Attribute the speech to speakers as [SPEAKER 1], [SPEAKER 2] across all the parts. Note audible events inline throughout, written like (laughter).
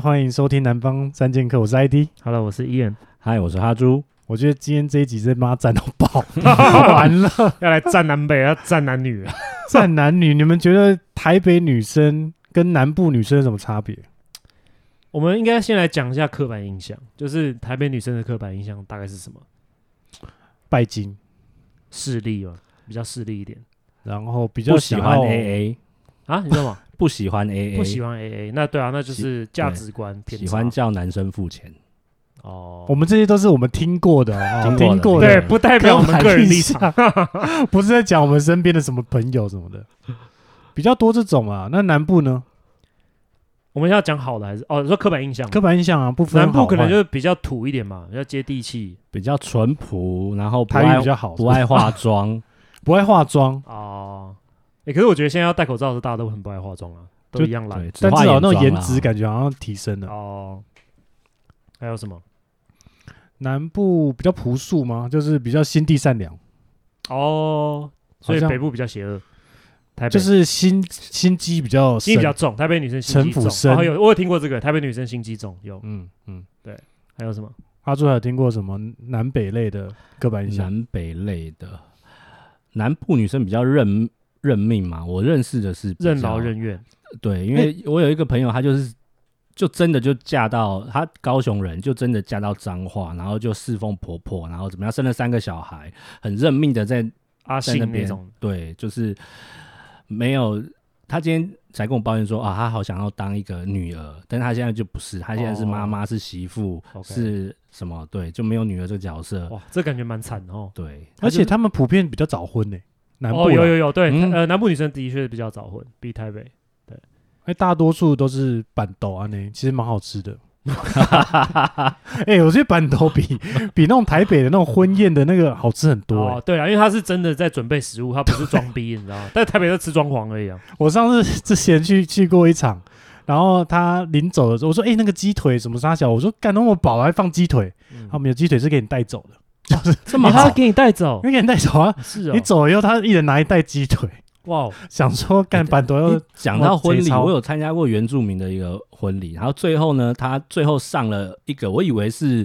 [SPEAKER 1] 欢迎收听《南方三剑客》，我是 ID。
[SPEAKER 2] Hello，我是 (laughs) Ian。
[SPEAKER 3] 嗨，我是哈猪。
[SPEAKER 1] 我觉得今天这一集真妈赞到
[SPEAKER 3] (laughs)
[SPEAKER 1] 爆，完了，
[SPEAKER 2] 要来站南北，要站男女。
[SPEAKER 1] 赞男女。你们觉得台北女生跟南部女生有什么差别？
[SPEAKER 2] (laughs) 我们应该先来讲一下刻板印象，就是台北女生的刻板印象大概是什么？
[SPEAKER 1] 拜金，
[SPEAKER 2] 势利嘛，比较势利一点
[SPEAKER 1] 然后比较
[SPEAKER 3] 不喜欢哎
[SPEAKER 1] 想要
[SPEAKER 3] AA，
[SPEAKER 2] 啊？你知道 (laughs) 吗？
[SPEAKER 3] 不喜欢 AA，
[SPEAKER 2] 不喜欢 AA，那对啊，那就是价值观偏差。
[SPEAKER 3] 喜欢叫男生付钱。
[SPEAKER 2] 哦，
[SPEAKER 1] 我们这些都是我们听过的哦，
[SPEAKER 3] 听过的
[SPEAKER 1] 过
[SPEAKER 2] 对
[SPEAKER 1] 的，
[SPEAKER 2] 不代表我们个人立场。
[SPEAKER 1] 刻板印象，不是在讲我们身边的什么朋友什么的，比较多这种啊。那南部呢？
[SPEAKER 2] (laughs) 我们要讲好的还是哦？你说刻板印
[SPEAKER 3] 嗯
[SPEAKER 2] 象吗，
[SPEAKER 1] 刻板印象啊，不分
[SPEAKER 2] 南部
[SPEAKER 1] 好
[SPEAKER 2] 可能
[SPEAKER 1] 坏
[SPEAKER 2] 就是比较土一点嘛，比较接地气
[SPEAKER 3] 比较淳朴，然后不
[SPEAKER 1] 台语
[SPEAKER 3] 爱 (laughs)
[SPEAKER 1] 比较好，
[SPEAKER 3] 不爱化妆，
[SPEAKER 1] 不爱化妆，
[SPEAKER 2] 哦。诶可是我觉得现在要戴口罩的时候大家都很不爱化妆啊，都
[SPEAKER 1] 就
[SPEAKER 2] 一样懒
[SPEAKER 3] 对，
[SPEAKER 1] 但至
[SPEAKER 3] 化
[SPEAKER 1] 少那种
[SPEAKER 3] 妆啊
[SPEAKER 1] 颜
[SPEAKER 3] 啦
[SPEAKER 1] 值感觉好像提升了。
[SPEAKER 2] 哦。还有什么？
[SPEAKER 1] 南部比较朴素吗？就是比较心地善良，
[SPEAKER 2] 哦，所以
[SPEAKER 1] 好像
[SPEAKER 2] 北部比较邪恶，台北
[SPEAKER 1] 就是心心机比较深
[SPEAKER 2] 心比较重，台北女生心
[SPEAKER 1] 城
[SPEAKER 2] 机重
[SPEAKER 1] 府。深
[SPEAKER 2] 然后有我有听过这个，台北女生心机重有，
[SPEAKER 1] 嗯嗯。
[SPEAKER 2] 还有什么？
[SPEAKER 1] 阿朱还有听过什么南北类的刻板印象？
[SPEAKER 3] 嗯南北类的。南部女生比较认认命嘛，我认识的是比较
[SPEAKER 2] 任劳任怨
[SPEAKER 3] 对，因为我有一个朋友，她就是就真的就嫁到她高雄人，就真的嫁到彰化，然后就侍奉婆婆，然后怎么样生了三个小孩，很认命的在
[SPEAKER 2] 阿
[SPEAKER 3] 在那
[SPEAKER 2] 信那
[SPEAKER 3] 边
[SPEAKER 2] 种，
[SPEAKER 3] 对，就是没有。她今天才跟我抱怨说啊，她好想要当一个女儿，但她现在就不是，她现在是妈妈，是媳妇，
[SPEAKER 2] 哦 OK
[SPEAKER 3] 是什么？对，就没有女儿这个角色。
[SPEAKER 2] 哇，这感觉蛮惨的哦。
[SPEAKER 3] 对，
[SPEAKER 1] 而且他们普遍比较早婚呢、南部啊
[SPEAKER 2] 哦，
[SPEAKER 1] 啦
[SPEAKER 2] 有有有，对，
[SPEAKER 3] 嗯
[SPEAKER 2] 呃，南部女生的确比较早婚，比台北。
[SPEAKER 1] 哎，大多数都是板豆啊，呢，其实蛮好吃
[SPEAKER 2] (laughs)
[SPEAKER 1] 的。哎、我觉得板豆比比那种台北的那种婚宴的那个好吃很多、哎
[SPEAKER 2] 哦，对啊，因为她是真的在准备食物，她不是装逼，你知道
[SPEAKER 1] (laughs)
[SPEAKER 2] 吗？但台北都吃装潢而已啊。
[SPEAKER 1] 我上次之前去去过一场，然后他临走的时候，我说：“哎、那个鸡腿什么沙小？”我说：“干那么饱还放鸡腿？”
[SPEAKER 2] 嗯
[SPEAKER 1] 他们有鸡腿是给你带走的，
[SPEAKER 2] 这么
[SPEAKER 1] 好
[SPEAKER 2] 她给你带走
[SPEAKER 1] 因，为给你带走啊。
[SPEAKER 2] 哦是哦
[SPEAKER 1] 你，走了以后，他一人拿一袋鸡腿， (laughs)
[SPEAKER 2] 哇哦，
[SPEAKER 1] 想说干板豆
[SPEAKER 3] 你
[SPEAKER 2] 呃
[SPEAKER 1] 要
[SPEAKER 3] 讲到婚
[SPEAKER 1] 我
[SPEAKER 3] 礼，
[SPEAKER 1] 贼操
[SPEAKER 3] 我有参加过原住民的一个婚礼，然后最后呢，他最后上了一个，我以为是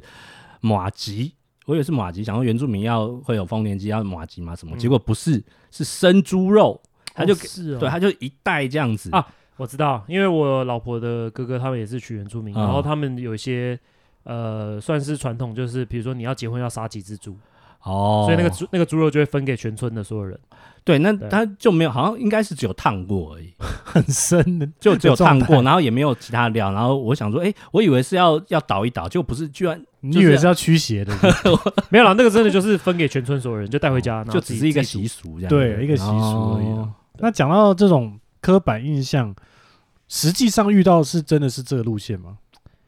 [SPEAKER 3] 马吉，我以为是马吉，想说原住民要会有丰年祭要马吉嘛什么，
[SPEAKER 2] 嗯
[SPEAKER 3] 结果不是，是生猪肉，他就
[SPEAKER 2] 哦是哦
[SPEAKER 3] 对，他就一袋这样子
[SPEAKER 2] 啊我知道，因为我老婆的哥哥他们也是娶原住民，
[SPEAKER 3] 嗯
[SPEAKER 2] 然后他们有一些呃，算是传统，就是比如说你要结婚要杀几只猪，
[SPEAKER 3] 哦，
[SPEAKER 2] 所以那个猪那个猪肉就会分给全村的所有人。
[SPEAKER 3] 对，那
[SPEAKER 2] 对
[SPEAKER 3] 他就没有，好像应该是只有烫过而已，
[SPEAKER 1] 很深的，
[SPEAKER 2] (laughs)
[SPEAKER 3] 就只有烫
[SPEAKER 1] 状
[SPEAKER 3] 过，然后也没有其他料，然后我想说，哎，我以为是要要倒一倒，结果不是，居然
[SPEAKER 1] 你以为是要驱邪
[SPEAKER 2] (laughs)
[SPEAKER 1] 的？
[SPEAKER 2] 没有啦，那个真的就是分给全村所有人，就带回家，然后
[SPEAKER 3] 哦就
[SPEAKER 2] 自
[SPEAKER 3] 只
[SPEAKER 2] 己
[SPEAKER 3] 是一个
[SPEAKER 2] 自己
[SPEAKER 3] 习俗这样，
[SPEAKER 1] 对，一个习俗而已啊、
[SPEAKER 3] 哦
[SPEAKER 1] 那讲到这种刻板印象，实际上遇到是真的是这个路线吗？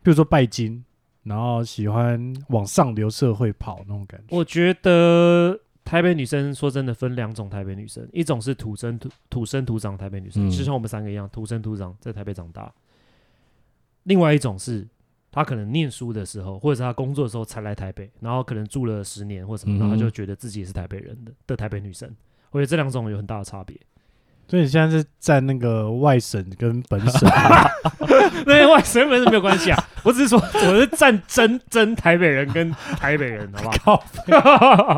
[SPEAKER 1] 比如说拜金，然后喜欢往上流社会跑那种感
[SPEAKER 2] 煮。
[SPEAKER 1] 觉。
[SPEAKER 2] 我觉得台北女生说真的分两种台北女生，一种是土生土土生土长台北女生，
[SPEAKER 3] 嗯
[SPEAKER 2] 就像我们三个一样土生土长在台北长大；另外一种是。她可能念书的时候，或者是她工作的时候才来台北，然后可能住了十年或什么，
[SPEAKER 3] 嗯哼
[SPEAKER 2] 然后她就觉得自己也是台北人的的台北女生。我觉得这两种有很大的差别。 (laughs)
[SPEAKER 1] 所以你现在是在那个外省跟本
[SPEAKER 2] (laughs)
[SPEAKER 1] 省，
[SPEAKER 2] 对，外省人是没有关系啊，我只是说我是站真真台北人跟台北人，
[SPEAKER 3] (laughs)
[SPEAKER 2] 好不好？
[SPEAKER 1] 靠！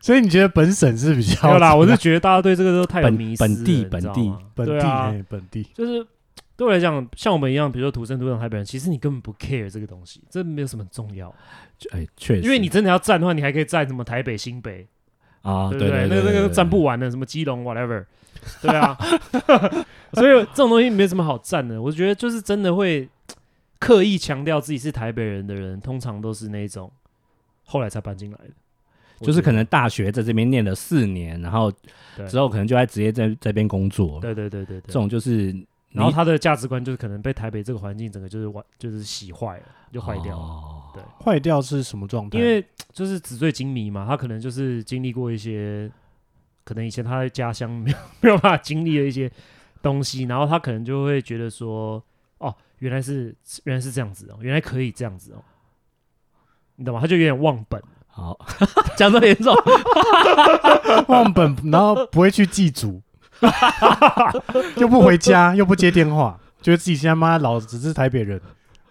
[SPEAKER 1] 所以你觉得本省是比较
[SPEAKER 2] 没有啦，我是觉得大家对这个都太有
[SPEAKER 3] 本
[SPEAKER 2] 迷思了
[SPEAKER 3] 本地
[SPEAKER 2] 你知道吗
[SPEAKER 1] 本
[SPEAKER 2] 对
[SPEAKER 1] 地、
[SPEAKER 2] 啊
[SPEAKER 1] 哎本地，
[SPEAKER 2] 就是对我来讲，像我们一样，比如说土生土长台北人，其实你根本不 care 这个东西，这没有什么很重要，
[SPEAKER 3] 哎，确实，
[SPEAKER 2] 因为你真的要站的话，你还可以站什么台北、新北，
[SPEAKER 3] 啊，
[SPEAKER 2] 对
[SPEAKER 3] 对
[SPEAKER 2] 不
[SPEAKER 3] 对，
[SPEAKER 2] 那个那个站不完的，什么基隆 whatever，对啊， (laughs) 所以这种东西没什么好站的。我觉得就是真的会刻意强调自己是台北人的人，通常都是那种后来才搬进来的，
[SPEAKER 3] 就是可
[SPEAKER 2] 能
[SPEAKER 3] 能大学在这边念了四年，然后
[SPEAKER 2] 对
[SPEAKER 3] 之后可能就在职业在这边工作，
[SPEAKER 2] 对对对对对
[SPEAKER 3] 这。种就是
[SPEAKER 2] 然后
[SPEAKER 3] 你
[SPEAKER 2] 他的价值观就是可能被台北这个环境整个就是完就是洗坏了，就坏掉了。
[SPEAKER 3] 哦
[SPEAKER 1] 坏掉是什么状态？
[SPEAKER 2] 因为就是纸醉金迷嘛，他可能就是经历过一些，可能以前他在家乡没有没有办法经历的一些东西，然后他可能就会觉得说，哦，原来是原来是这样子哦，原来可以这样子哦，你懂吗？他就有点忘本。
[SPEAKER 3] 好 (laughs) 讲这么严
[SPEAKER 2] (laughs)
[SPEAKER 3] 重，
[SPEAKER 1] 忘 (laughs) 本，然后不会去祭祖，又不回家，又不接电话，觉得自己现在妈老子只是台北人，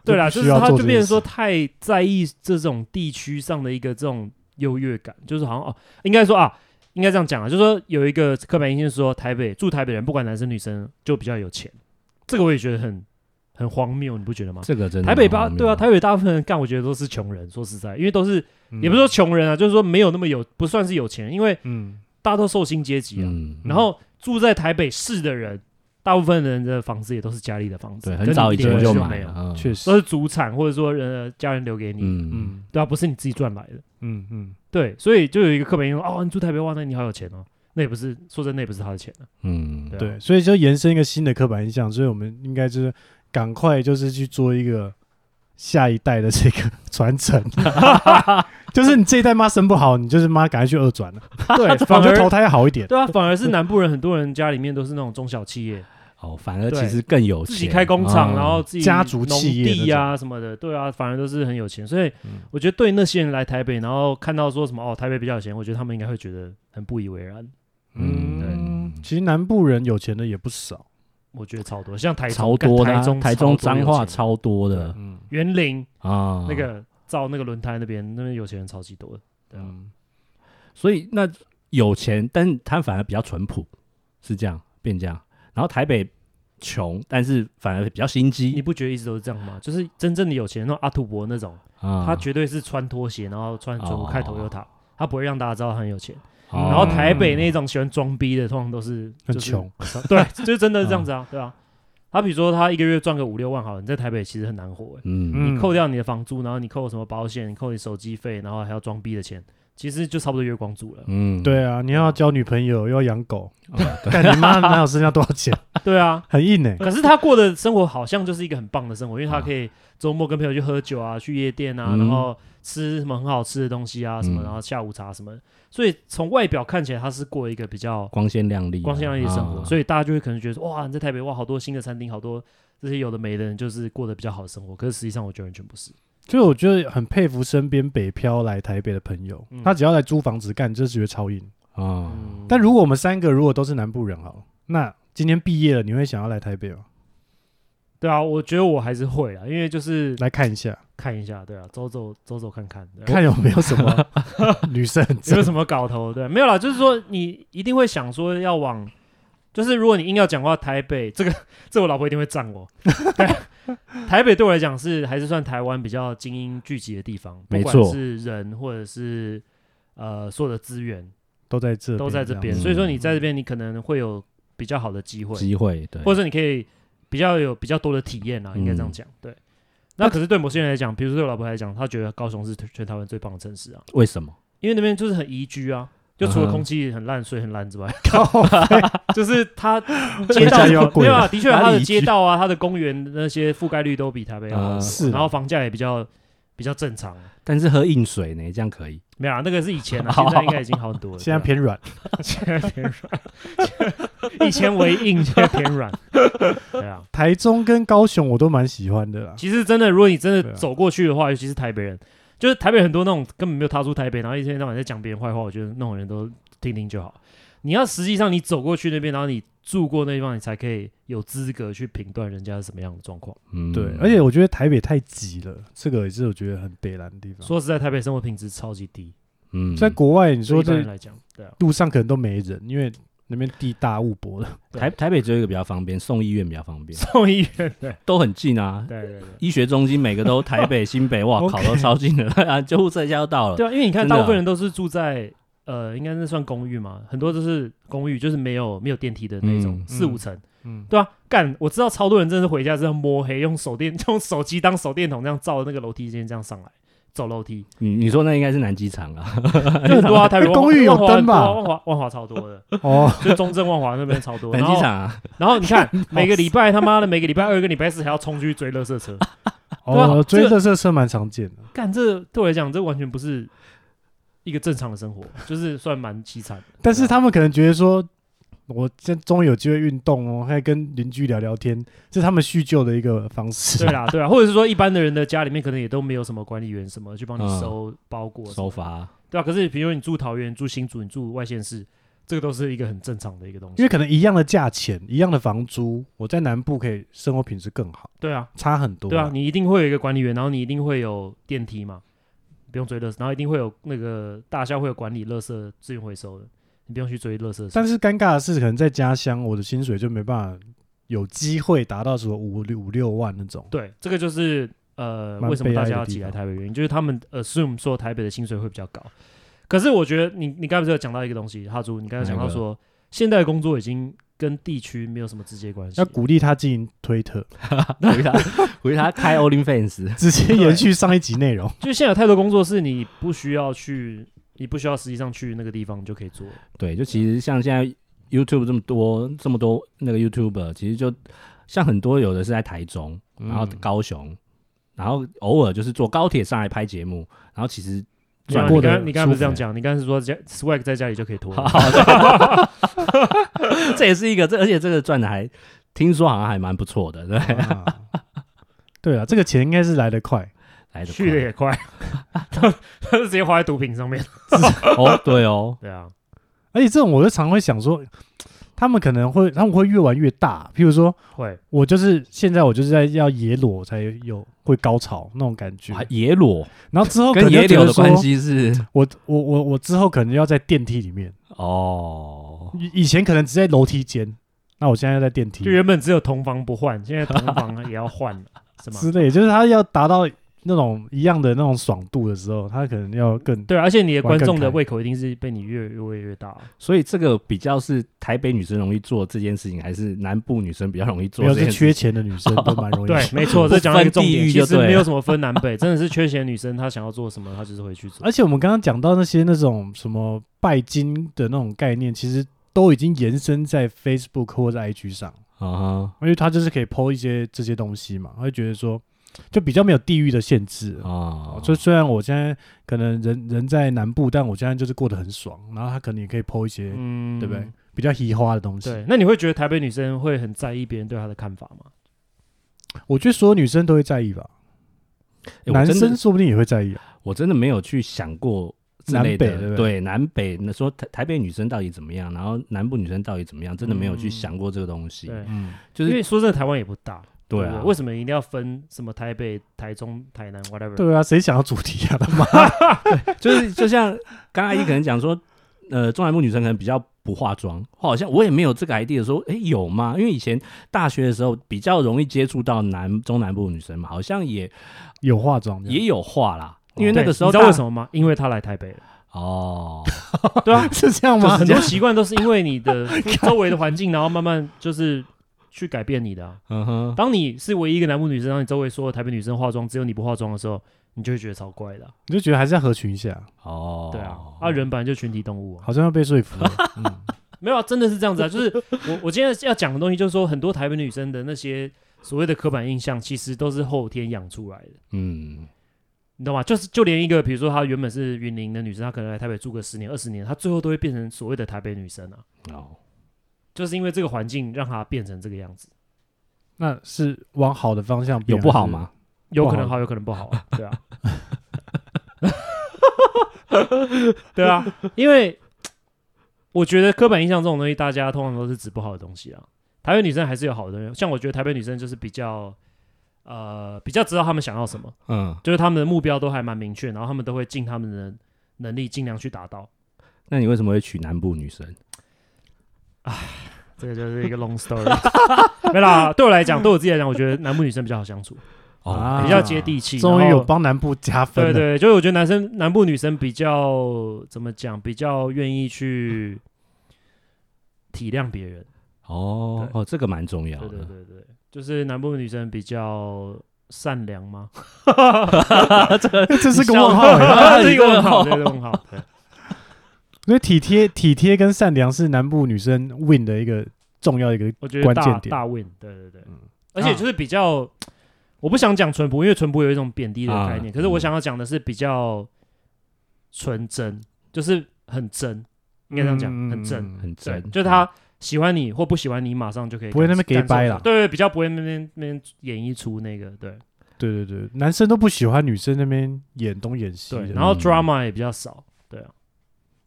[SPEAKER 2] 对啦，
[SPEAKER 1] 就不
[SPEAKER 2] 就
[SPEAKER 1] 需
[SPEAKER 2] 是
[SPEAKER 1] 要
[SPEAKER 2] 他
[SPEAKER 1] 做
[SPEAKER 2] 就
[SPEAKER 1] 这
[SPEAKER 2] 变
[SPEAKER 1] 件
[SPEAKER 2] 成
[SPEAKER 1] 事
[SPEAKER 2] 说太在意这种地区上的一个这种优越感，就是好像哦，应该说啊，应该这样讲啊，就是说有一个刻板印象说台北住台北人不管男生女生就比较有钱，这个我也觉得很很荒谬，你不觉得吗？
[SPEAKER 3] 这个真的
[SPEAKER 2] 台北
[SPEAKER 3] 很
[SPEAKER 2] 吧，
[SPEAKER 3] 荒谬
[SPEAKER 2] 对啊，台北大部分人干，我觉得都是穷人。说实在，因为都是
[SPEAKER 1] 嗯
[SPEAKER 2] 也不是说穷人啊，就是说没有那么有，不算是有钱，因为
[SPEAKER 1] 嗯，
[SPEAKER 2] 大家都受薪阶级啊。
[SPEAKER 3] 嗯，
[SPEAKER 2] 然后住在台北市的人，大部分人的房子也都是家里的房子，
[SPEAKER 3] 对，
[SPEAKER 2] 跟
[SPEAKER 3] 很
[SPEAKER 2] 你
[SPEAKER 3] 早以
[SPEAKER 2] 点
[SPEAKER 3] 前
[SPEAKER 2] 的
[SPEAKER 1] 就
[SPEAKER 2] 就
[SPEAKER 3] 买
[SPEAKER 2] 没有
[SPEAKER 3] 了，，嗯
[SPEAKER 1] 确实
[SPEAKER 2] 都，是祖产或者说人家人留给你，
[SPEAKER 3] 嗯嗯，
[SPEAKER 1] 嗯
[SPEAKER 2] 对啊，不是你自己赚来的。
[SPEAKER 1] 嗯嗯，
[SPEAKER 2] 对，所以就有一个刻板印象，哦，你住台北哇，那你好有钱哦。那也不是，说真的，那也不是他的钱啊。
[SPEAKER 3] 嗯，
[SPEAKER 2] 对啊
[SPEAKER 1] 对，所以就延伸一个新的刻板印象，所以我们应该就是赶快就是去做一个下一代的这个 (laughs) 传承，
[SPEAKER 2] (laughs)
[SPEAKER 1] 就是你这一代妈生不好，你就是妈赶快去二转了， (laughs)
[SPEAKER 2] 对，
[SPEAKER 1] 我
[SPEAKER 2] 反
[SPEAKER 1] 觉得投
[SPEAKER 2] 而
[SPEAKER 1] 胎好一点。
[SPEAKER 2] 对啊，反而是南部人，很多人家里面都是那种中小企业，
[SPEAKER 3] 哦，反而
[SPEAKER 2] 对
[SPEAKER 3] 其实更有
[SPEAKER 2] 自己
[SPEAKER 3] 钱
[SPEAKER 2] 开工厂，然后
[SPEAKER 3] 嗯
[SPEAKER 2] 自己
[SPEAKER 1] 家族
[SPEAKER 2] 农
[SPEAKER 1] 企业
[SPEAKER 2] 地啊什么的，对啊，反而都是很有钱。所以
[SPEAKER 1] 嗯
[SPEAKER 2] 我觉得对那些人来台北，然后看到说什么哦，台北比较有钱，我觉得他们应该会觉得很不以为然。
[SPEAKER 1] 嗯
[SPEAKER 3] 嗯，
[SPEAKER 1] 其实南部人有钱的也不少，
[SPEAKER 2] 我觉得超多，像台中
[SPEAKER 3] 超多的
[SPEAKER 2] 干
[SPEAKER 3] 啊
[SPEAKER 2] 台中、
[SPEAKER 3] 台中脏话
[SPEAKER 2] 话、
[SPEAKER 3] 超多的
[SPEAKER 1] 嗯
[SPEAKER 2] 园林
[SPEAKER 3] 啊，
[SPEAKER 2] 那个造那个轮胎那边，那边有钱人超级多的。对啊
[SPEAKER 1] 嗯，
[SPEAKER 3] 所以那有钱，但他反而比较淳朴，是这样变这样。然后台北穷，但是反而比较心
[SPEAKER 2] 你
[SPEAKER 3] 机
[SPEAKER 2] 不觉得一直都是这样吗？就是真正的有钱人，那种阿土伯那种，
[SPEAKER 3] 啊。
[SPEAKER 2] 他绝对是穿拖鞋，然后穿走
[SPEAKER 3] 哦
[SPEAKER 2] 路开头 o y 他不会让大家知道他很有钱。
[SPEAKER 3] 哦
[SPEAKER 2] 然后台北那种喜欢装逼的，通常都是
[SPEAKER 1] 很
[SPEAKER 2] 就是
[SPEAKER 1] 穷，
[SPEAKER 2] (laughs) 对，就是真的是这样子啊，对啊。他比如说他一个月赚个五六万好了，你在台北其实很难活、欸，
[SPEAKER 3] 嗯
[SPEAKER 2] 你扣掉你的房租，然后你扣什么保险，你扣你手机费，然后还要装逼的钱，其实就差不多月光族了。
[SPEAKER 3] 嗯，
[SPEAKER 1] 对啊，你要交女朋友，又要养狗，
[SPEAKER 2] 啊
[SPEAKER 3] 哦对
[SPEAKER 1] (laughs) 干你妈哪有剩下多少钱？ (laughs)
[SPEAKER 2] 对啊，
[SPEAKER 1] 很硬哎、
[SPEAKER 2] 可是他过的生活好像就是一个很棒的生活，因为他可以周末跟朋友去喝酒啊，去夜店啊，
[SPEAKER 3] 嗯
[SPEAKER 2] 然后吃什么很好吃的东西啊，什么，
[SPEAKER 3] 嗯
[SPEAKER 2] 然后下午茶什么的。所以从外表看起来，他是过一个比较
[SPEAKER 3] 光鲜亮丽啊，
[SPEAKER 2] 光鲜亮丽的生活，所
[SPEAKER 3] 以
[SPEAKER 2] 以大家就会可能觉得说，哇，你在台北哇，好多新的餐厅，好多这些有的没的，人就是过得比较好的生活。可是实际上，我觉得完全不是。
[SPEAKER 1] 所以我觉得很佩服身边北漂来台北的朋友，
[SPEAKER 2] 嗯
[SPEAKER 1] 他只要来租房子干，就觉得超硬。
[SPEAKER 3] 啊，
[SPEAKER 2] 嗯，
[SPEAKER 1] 但如果我们三个如果都是南部人好了，那今天毕业了，你会想要来台北吗？
[SPEAKER 2] 对啊，我觉得我还是会啊啦，因为就是
[SPEAKER 1] 来看一下，
[SPEAKER 2] 看一下，对啊，走走走走看看，对啊
[SPEAKER 1] 看有没有什
[SPEAKER 2] (laughs)
[SPEAKER 1] 么女生很
[SPEAKER 2] 有没
[SPEAKER 1] 正
[SPEAKER 2] 有。什么搞头？对，没有啦，就是说你一定会想说要往，就是如果你硬要讲话，台北这个这我老婆一定会赞我。对，台北对我来讲是还是算台湾比较精英聚集的地方，不
[SPEAKER 3] 没
[SPEAKER 2] 管
[SPEAKER 3] 错
[SPEAKER 2] 是人或者是呃所有的资源
[SPEAKER 1] 都在这，
[SPEAKER 2] 都在这边，
[SPEAKER 3] 这样
[SPEAKER 2] 所以说你在这边你可能会有比较好的机会，
[SPEAKER 3] 机会对，
[SPEAKER 2] 或者说你可以比较有比较多的体验啊，应该这样讲，对。那可是对某些人来讲，比如说对我老婆来讲，她觉得高雄是全台湾最棒的城市啊。
[SPEAKER 3] 为什么？
[SPEAKER 2] 因为那边就是很宜居啊，就除
[SPEAKER 3] 嗯
[SPEAKER 2] 了
[SPEAKER 3] 哼
[SPEAKER 2] 空气很烂、水很烂之外，
[SPEAKER 1] 嗯 (laughs)
[SPEAKER 2] 就是它街
[SPEAKER 1] 物价
[SPEAKER 2] 道
[SPEAKER 1] 又要贵
[SPEAKER 2] 没有
[SPEAKER 1] 了
[SPEAKER 2] 啊，的确
[SPEAKER 3] 哪里
[SPEAKER 2] 它的
[SPEAKER 3] 宜
[SPEAKER 2] 街
[SPEAKER 3] 居
[SPEAKER 2] 道啊、它的公园那些覆盖率都比台北要好
[SPEAKER 3] 嗯，
[SPEAKER 1] 啊是
[SPEAKER 2] 然后房价也比较比较正常。啊
[SPEAKER 3] 但是喝硬水呢，这样可以
[SPEAKER 2] 没有啊，那个是以前啊，
[SPEAKER 1] (laughs)
[SPEAKER 2] 现在应该已经好很多了。
[SPEAKER 1] 哦现在偏软，
[SPEAKER 2] 对啊现在偏 (laughs) 软，以前为硬，现在偏软。对啊，
[SPEAKER 1] 台中跟高雄我都蛮喜欢的啦。
[SPEAKER 2] 其实真的，如果你真
[SPEAKER 1] 啊对啊
[SPEAKER 2] 的走过去的话，尤其是台北人，就是台北很多那种根本没有踏出台北，然后一天到晚在讲别人坏话，我觉得那种人都听听就好。你要实际上你走过去那边，然后你住过那地方，你才可以有资格去评断人家是什么样的状况。
[SPEAKER 3] 嗯，
[SPEAKER 1] 对，而且我觉得台北太挤了，这个也是我觉得很北蓝的地方。
[SPEAKER 2] 说实在，台北生活品质超级低，
[SPEAKER 3] 嗯
[SPEAKER 1] 在国外，你
[SPEAKER 2] 对
[SPEAKER 1] 说
[SPEAKER 2] 一般
[SPEAKER 1] 这
[SPEAKER 2] 人来讲，对啊，
[SPEAKER 1] 路上可能都没人，因为那边地大物博的。
[SPEAKER 3] 台台北只有一个比较方便，送医院比较方便，
[SPEAKER 2] 送医院，对
[SPEAKER 3] 都很近啊。
[SPEAKER 2] 对对对。
[SPEAKER 3] 医学中心每个都台北、新北，
[SPEAKER 1] (laughs)
[SPEAKER 3] 哇
[SPEAKER 1] OK
[SPEAKER 3] 靠，都超近的 (laughs) 啊！救护车一下就到了。
[SPEAKER 2] 对啊，因为你看，
[SPEAKER 3] 真的
[SPEAKER 2] 大
[SPEAKER 3] 啊
[SPEAKER 2] 部分人都是住在呃，应该那算公寓嘛，很多都是公寓，就是没有没有电梯的那种
[SPEAKER 3] 嗯，
[SPEAKER 2] 四
[SPEAKER 1] 嗯
[SPEAKER 2] 五层，
[SPEAKER 1] 嗯，
[SPEAKER 2] 对啊，干！我知道超多人真的是回家之后摸黑，用手电 (laughs) 用手机当手电筒这样照那个楼梯间这样上来，走楼梯
[SPEAKER 3] 你你说那应该是南机场啊，
[SPEAKER 2] 就很多啊，台北万
[SPEAKER 1] 公寓有灯吧
[SPEAKER 2] 万华万华万华超多的，
[SPEAKER 1] (laughs) 哦，
[SPEAKER 2] (laughs) 就中正万华那边超多。
[SPEAKER 3] 南
[SPEAKER 2] 然
[SPEAKER 3] 机
[SPEAKER 2] 后
[SPEAKER 3] 场啊，
[SPEAKER 2] 然后你看每个礼拜他妈的每个礼拜二跟礼拜四还要冲去追垃圾车，
[SPEAKER 1] 哦，
[SPEAKER 2] 啊这
[SPEAKER 1] 追
[SPEAKER 2] 个
[SPEAKER 1] 热色车蛮常见的。
[SPEAKER 2] 干这对我来讲这完全不是一个正常的生活，就是算蛮凄惨的。
[SPEAKER 1] (laughs) 但是他们可能觉得说，我现在终于有机会运动哦，还跟邻居聊聊天，这是他们叙旧的一个方式啊
[SPEAKER 2] 对。啊啦对啦，或者是说一般的人的家里面可能也都没有什么管理员什么去帮你
[SPEAKER 3] 嗯
[SPEAKER 2] 收包裹什么
[SPEAKER 3] 收
[SPEAKER 2] 的
[SPEAKER 3] 发
[SPEAKER 2] 啊对啊，可是比如你住桃园、住新竹、你住外县市，这个都是一个很正常的一个东
[SPEAKER 1] 因
[SPEAKER 2] 西。
[SPEAKER 1] 为可能一样的价钱、一样的房租，我在南部可以生活品质更好，
[SPEAKER 2] 对啊，
[SPEAKER 1] 差很多。
[SPEAKER 2] 对啊，，你一定会有一个管理员，然后你一定会有电梯嘛，不用追垃圾，然后一定会有那个大校会有管理垃圾资源回收的，你不用去追垃圾。
[SPEAKER 1] 但是尴尬的是，可能在家乡，我的薪水就没办法有机会达到什么五六五六万那种。
[SPEAKER 2] 对，这个就是呃，
[SPEAKER 1] 蛮
[SPEAKER 2] 为什么
[SPEAKER 1] 悲
[SPEAKER 2] 大
[SPEAKER 1] 哀
[SPEAKER 2] 家
[SPEAKER 1] 的
[SPEAKER 2] 要
[SPEAKER 1] 地
[SPEAKER 2] 挤来
[SPEAKER 1] 方
[SPEAKER 2] 台北的原因，就是他们 assume 说台北的薪水会比较高。可是我觉得你你刚才不是有讲到一个东西，哈猪，你刚才讲
[SPEAKER 3] 哪
[SPEAKER 2] 到
[SPEAKER 3] 个
[SPEAKER 2] 说，现在的工作已经跟地区没有什么直接关系
[SPEAKER 1] 要。鼓励他经营推特，
[SPEAKER 3] (laughs) 回他回他开 OnlyFans，
[SPEAKER 1] 直接延续上一集内容。
[SPEAKER 2] 就现在有太多工作是你不需要去，你不需要实际上去那个地方你就可以做。
[SPEAKER 3] 对，就其实像现在 YouTube 这么多这么多那个 YouTuber，其实就像很多有的是在台中，然后
[SPEAKER 1] 嗯
[SPEAKER 3] 高雄，然后偶尔就是坐高铁上来拍节目，然后其实 (clears throat)
[SPEAKER 2] 没有啊
[SPEAKER 3] 转
[SPEAKER 1] 过
[SPEAKER 2] 你
[SPEAKER 1] 得
[SPEAKER 2] 刚你刚才不
[SPEAKER 3] 舒
[SPEAKER 2] 是
[SPEAKER 3] 服
[SPEAKER 2] 这样
[SPEAKER 3] 欸
[SPEAKER 2] 讲，你刚才是说在 swag 在家里就可以脱了，
[SPEAKER 3] 这也是一个，这而且这个赚的还听说好像还蛮不错的，对，
[SPEAKER 1] 啊 (laughs) 对啊，这个钱应该是来得快， (laughs)
[SPEAKER 3] 来
[SPEAKER 2] (laughs)
[SPEAKER 3] 的
[SPEAKER 2] 去的也快，他他是直接花在毒品上面。
[SPEAKER 3] 哦，对哦，
[SPEAKER 2] 对啊，
[SPEAKER 1] 而且这种我就常会想说，他们可能会他们会越玩越大。譬如说
[SPEAKER 2] 会
[SPEAKER 1] 我就是现在我就是在要野裸才有会高潮那种感觉，
[SPEAKER 3] 还啊野裸
[SPEAKER 1] 然后之哦后可
[SPEAKER 3] 跟
[SPEAKER 1] 能就
[SPEAKER 3] 野
[SPEAKER 1] 觉
[SPEAKER 3] 柳
[SPEAKER 1] 得
[SPEAKER 3] 的
[SPEAKER 1] 说
[SPEAKER 3] 关系是
[SPEAKER 1] 我我我我之后可能要在电梯里面，
[SPEAKER 3] 哦，
[SPEAKER 1] 以以前可能只在楼梯间，那我现在要在电梯
[SPEAKER 2] 就原本只有同房不换，现在同房也要换了，是吗？
[SPEAKER 1] 之类，就是他要达到那种一样的那种爽度的时候，他可能要更
[SPEAKER 2] 对，而且你的观众
[SPEAKER 1] 玩
[SPEAKER 2] 的
[SPEAKER 1] 更开
[SPEAKER 2] 胃口一定是被你越越喂越大。哦
[SPEAKER 3] 所以这个比较是台北女生容易做这件事情，还是南部女生比较容易做
[SPEAKER 1] 没有
[SPEAKER 3] 这
[SPEAKER 1] 是
[SPEAKER 3] 件事
[SPEAKER 1] 缺
[SPEAKER 3] 情？
[SPEAKER 1] 钱的女生都蛮容易
[SPEAKER 2] 对，
[SPEAKER 1] 的
[SPEAKER 2] 没错，这讲到一个重
[SPEAKER 3] 不分
[SPEAKER 2] 点，
[SPEAKER 3] 地域
[SPEAKER 2] 其
[SPEAKER 3] 就
[SPEAKER 2] 实
[SPEAKER 3] 对
[SPEAKER 2] 没有
[SPEAKER 3] 了
[SPEAKER 2] 什么分南北，真的是缺钱女生她想要做什么，她就是会去做。
[SPEAKER 1] 而且我们刚刚讲到那些那种什么拜金的那种概念，其实都已经延伸在 Facebook 或者 IG 上，
[SPEAKER 3] 啊
[SPEAKER 1] 因为他就是可以 PO 一些这些东西嘛，他会觉得说就比较没有地域的限制
[SPEAKER 3] 哈啊，
[SPEAKER 1] 哦就虽然我现在可能人人在南部，但我现在就是过得很爽，然后他可能也可以 PO 一些、
[SPEAKER 2] 嗯，
[SPEAKER 1] 对不对？比较移花的东西。
[SPEAKER 2] 对，那你会觉得台北女生会很在意别人对她的看法吗？
[SPEAKER 1] 我觉得所有女生都会在意吧，
[SPEAKER 3] 诶我
[SPEAKER 1] 男
[SPEAKER 3] 真的
[SPEAKER 1] 生说不定也会在意、啊。
[SPEAKER 3] 我真的没有去想过之类的
[SPEAKER 1] 南北对不对
[SPEAKER 3] 南北那说台台北女生到底怎么样，然后南部女生到底怎么样，真的没有去想过这个东西。
[SPEAKER 2] 对，
[SPEAKER 1] 嗯，
[SPEAKER 3] 就
[SPEAKER 2] 因
[SPEAKER 3] 是
[SPEAKER 2] 为说真的，台湾也不大，
[SPEAKER 3] 对
[SPEAKER 2] 不
[SPEAKER 3] 啊，
[SPEAKER 2] 为什么一定要分什么台北、台中、台南 whatever？
[SPEAKER 1] 对啊，谁想要主题啊？他 (laughs) 妈，
[SPEAKER 3] (laughs) 就是就像刚才一可能
[SPEAKER 1] (laughs)
[SPEAKER 3] 讲说，呃，中南部女生可能比较不化妆，好像我也没有这个 idea 说，诶，有吗？因为以前大学的时候比较容易接触到南中南部女生嘛，好像也
[SPEAKER 1] 有化妆这样，
[SPEAKER 3] 也有化啦。因为那
[SPEAKER 2] 对
[SPEAKER 3] 个时候
[SPEAKER 2] 你知
[SPEAKER 3] 大，
[SPEAKER 2] 道为什么吗？因为她来台北
[SPEAKER 3] (laughs)
[SPEAKER 2] 了，
[SPEAKER 3] 哦，
[SPEAKER 2] 对啊
[SPEAKER 1] 是这样
[SPEAKER 2] 就
[SPEAKER 1] 吗？
[SPEAKER 2] 很多习惯都是因为你
[SPEAKER 3] (laughs)
[SPEAKER 2] 的周围的环境，然后慢慢就是去改变你的
[SPEAKER 3] (laughs)
[SPEAKER 2] 啊。
[SPEAKER 3] (laughs) 嗯哼，
[SPEAKER 2] 当你是唯一一个南部女生，然后你周围所有台北女生化妆，只有你不化妆的时候，你就会觉得超怪的啊、
[SPEAKER 1] (laughs) 你就觉得还是要合群一下，
[SPEAKER 3] 哦，
[SPEAKER 2] 对啊，啊，人本来就群体动物啊，
[SPEAKER 1] 好像要被说服了。嗯，
[SPEAKER 2] 没有啊，真的是这样子啊。就是我我今天要讲的东西，就是说很多台北女生的那些所谓的刻板印象，其实都是后天养出来的。
[SPEAKER 3] 嗯，
[SPEAKER 2] 你懂吗？就是就连一个，比如说她原本是云林的女生，她可能来台北住个十年、二十年，她最后都会变成所谓的台北女生啊，
[SPEAKER 3] 哦，
[SPEAKER 2] 就是因为这个环境让她变成这个样子，
[SPEAKER 1] 那是往好的方向变，
[SPEAKER 3] 有不好吗？
[SPEAKER 2] 有
[SPEAKER 1] 不
[SPEAKER 2] 可能
[SPEAKER 1] 好
[SPEAKER 2] 好，有可能不好、
[SPEAKER 1] (laughs)
[SPEAKER 2] 啊，对啊， (laughs) 对啊，因为我觉得刻板印象这种东西，大家通常都是指不好的东西啊。台北女生还是有好的东西，像我觉得台北女生就是比较，呃，比较知道她们想要什么，
[SPEAKER 3] 嗯，
[SPEAKER 2] 就是她们的目标都还蛮明确，然后她们都会尽她们的能力尽量去达到。
[SPEAKER 3] 那你为什么会娶南部女生？
[SPEAKER 2] 这个就是一 (laughs) 个 long story。没啦，对我来讲，对我自己来讲，我觉得南部女生比较好相处，
[SPEAKER 3] 哦
[SPEAKER 1] 啊
[SPEAKER 2] 比较接地气。
[SPEAKER 1] 是不是？终于
[SPEAKER 2] 然后
[SPEAKER 1] 有帮南部加分
[SPEAKER 2] 对
[SPEAKER 1] 了。
[SPEAKER 2] 对，就是我觉得男生南部女生比较怎么讲，比较愿意去体谅别人。
[SPEAKER 3] 哦
[SPEAKER 2] 对
[SPEAKER 3] 哦，这个蛮重要
[SPEAKER 2] 对对
[SPEAKER 3] 的。
[SPEAKER 2] 对对，就是南部女生比较善良吗？
[SPEAKER 1] (laughs) 这是个问号、
[SPEAKER 3] 你笑
[SPEAKER 1] 欸。
[SPEAKER 2] (laughs)
[SPEAKER 3] 啊
[SPEAKER 1] (laughs)
[SPEAKER 2] 这是一个问号，
[SPEAKER 3] 你
[SPEAKER 2] 这是
[SPEAKER 3] 这
[SPEAKER 2] 一个问号。对
[SPEAKER 1] 所以体贴、体贴跟善良是南部女生 win 的一个重要一个
[SPEAKER 2] 我觉得
[SPEAKER 1] 关
[SPEAKER 2] 大
[SPEAKER 1] 键点
[SPEAKER 2] 大 win，对对对，
[SPEAKER 1] 嗯
[SPEAKER 2] 而
[SPEAKER 3] 啊
[SPEAKER 2] 且就是比较，我不想讲淳朴，因为淳朴有一种贬低的概念，
[SPEAKER 3] 啊
[SPEAKER 2] 可是我想要讲的是比较纯真，就是很真，应该这样讲，
[SPEAKER 1] 嗯
[SPEAKER 2] 很真，
[SPEAKER 3] 很
[SPEAKER 2] 对
[SPEAKER 3] 真，，嗯
[SPEAKER 2] 就是他喜欢你或不喜欢你，马上就可以
[SPEAKER 1] 不会那么
[SPEAKER 2] 感
[SPEAKER 1] gay bye 啦
[SPEAKER 2] 感受对对，比较不会那边那边演绎出那个对
[SPEAKER 1] 对对对，男生都不喜欢女生那边演东演西
[SPEAKER 2] 对，
[SPEAKER 1] 的。
[SPEAKER 2] 然后
[SPEAKER 3] 嗯
[SPEAKER 2] drama 也比较少，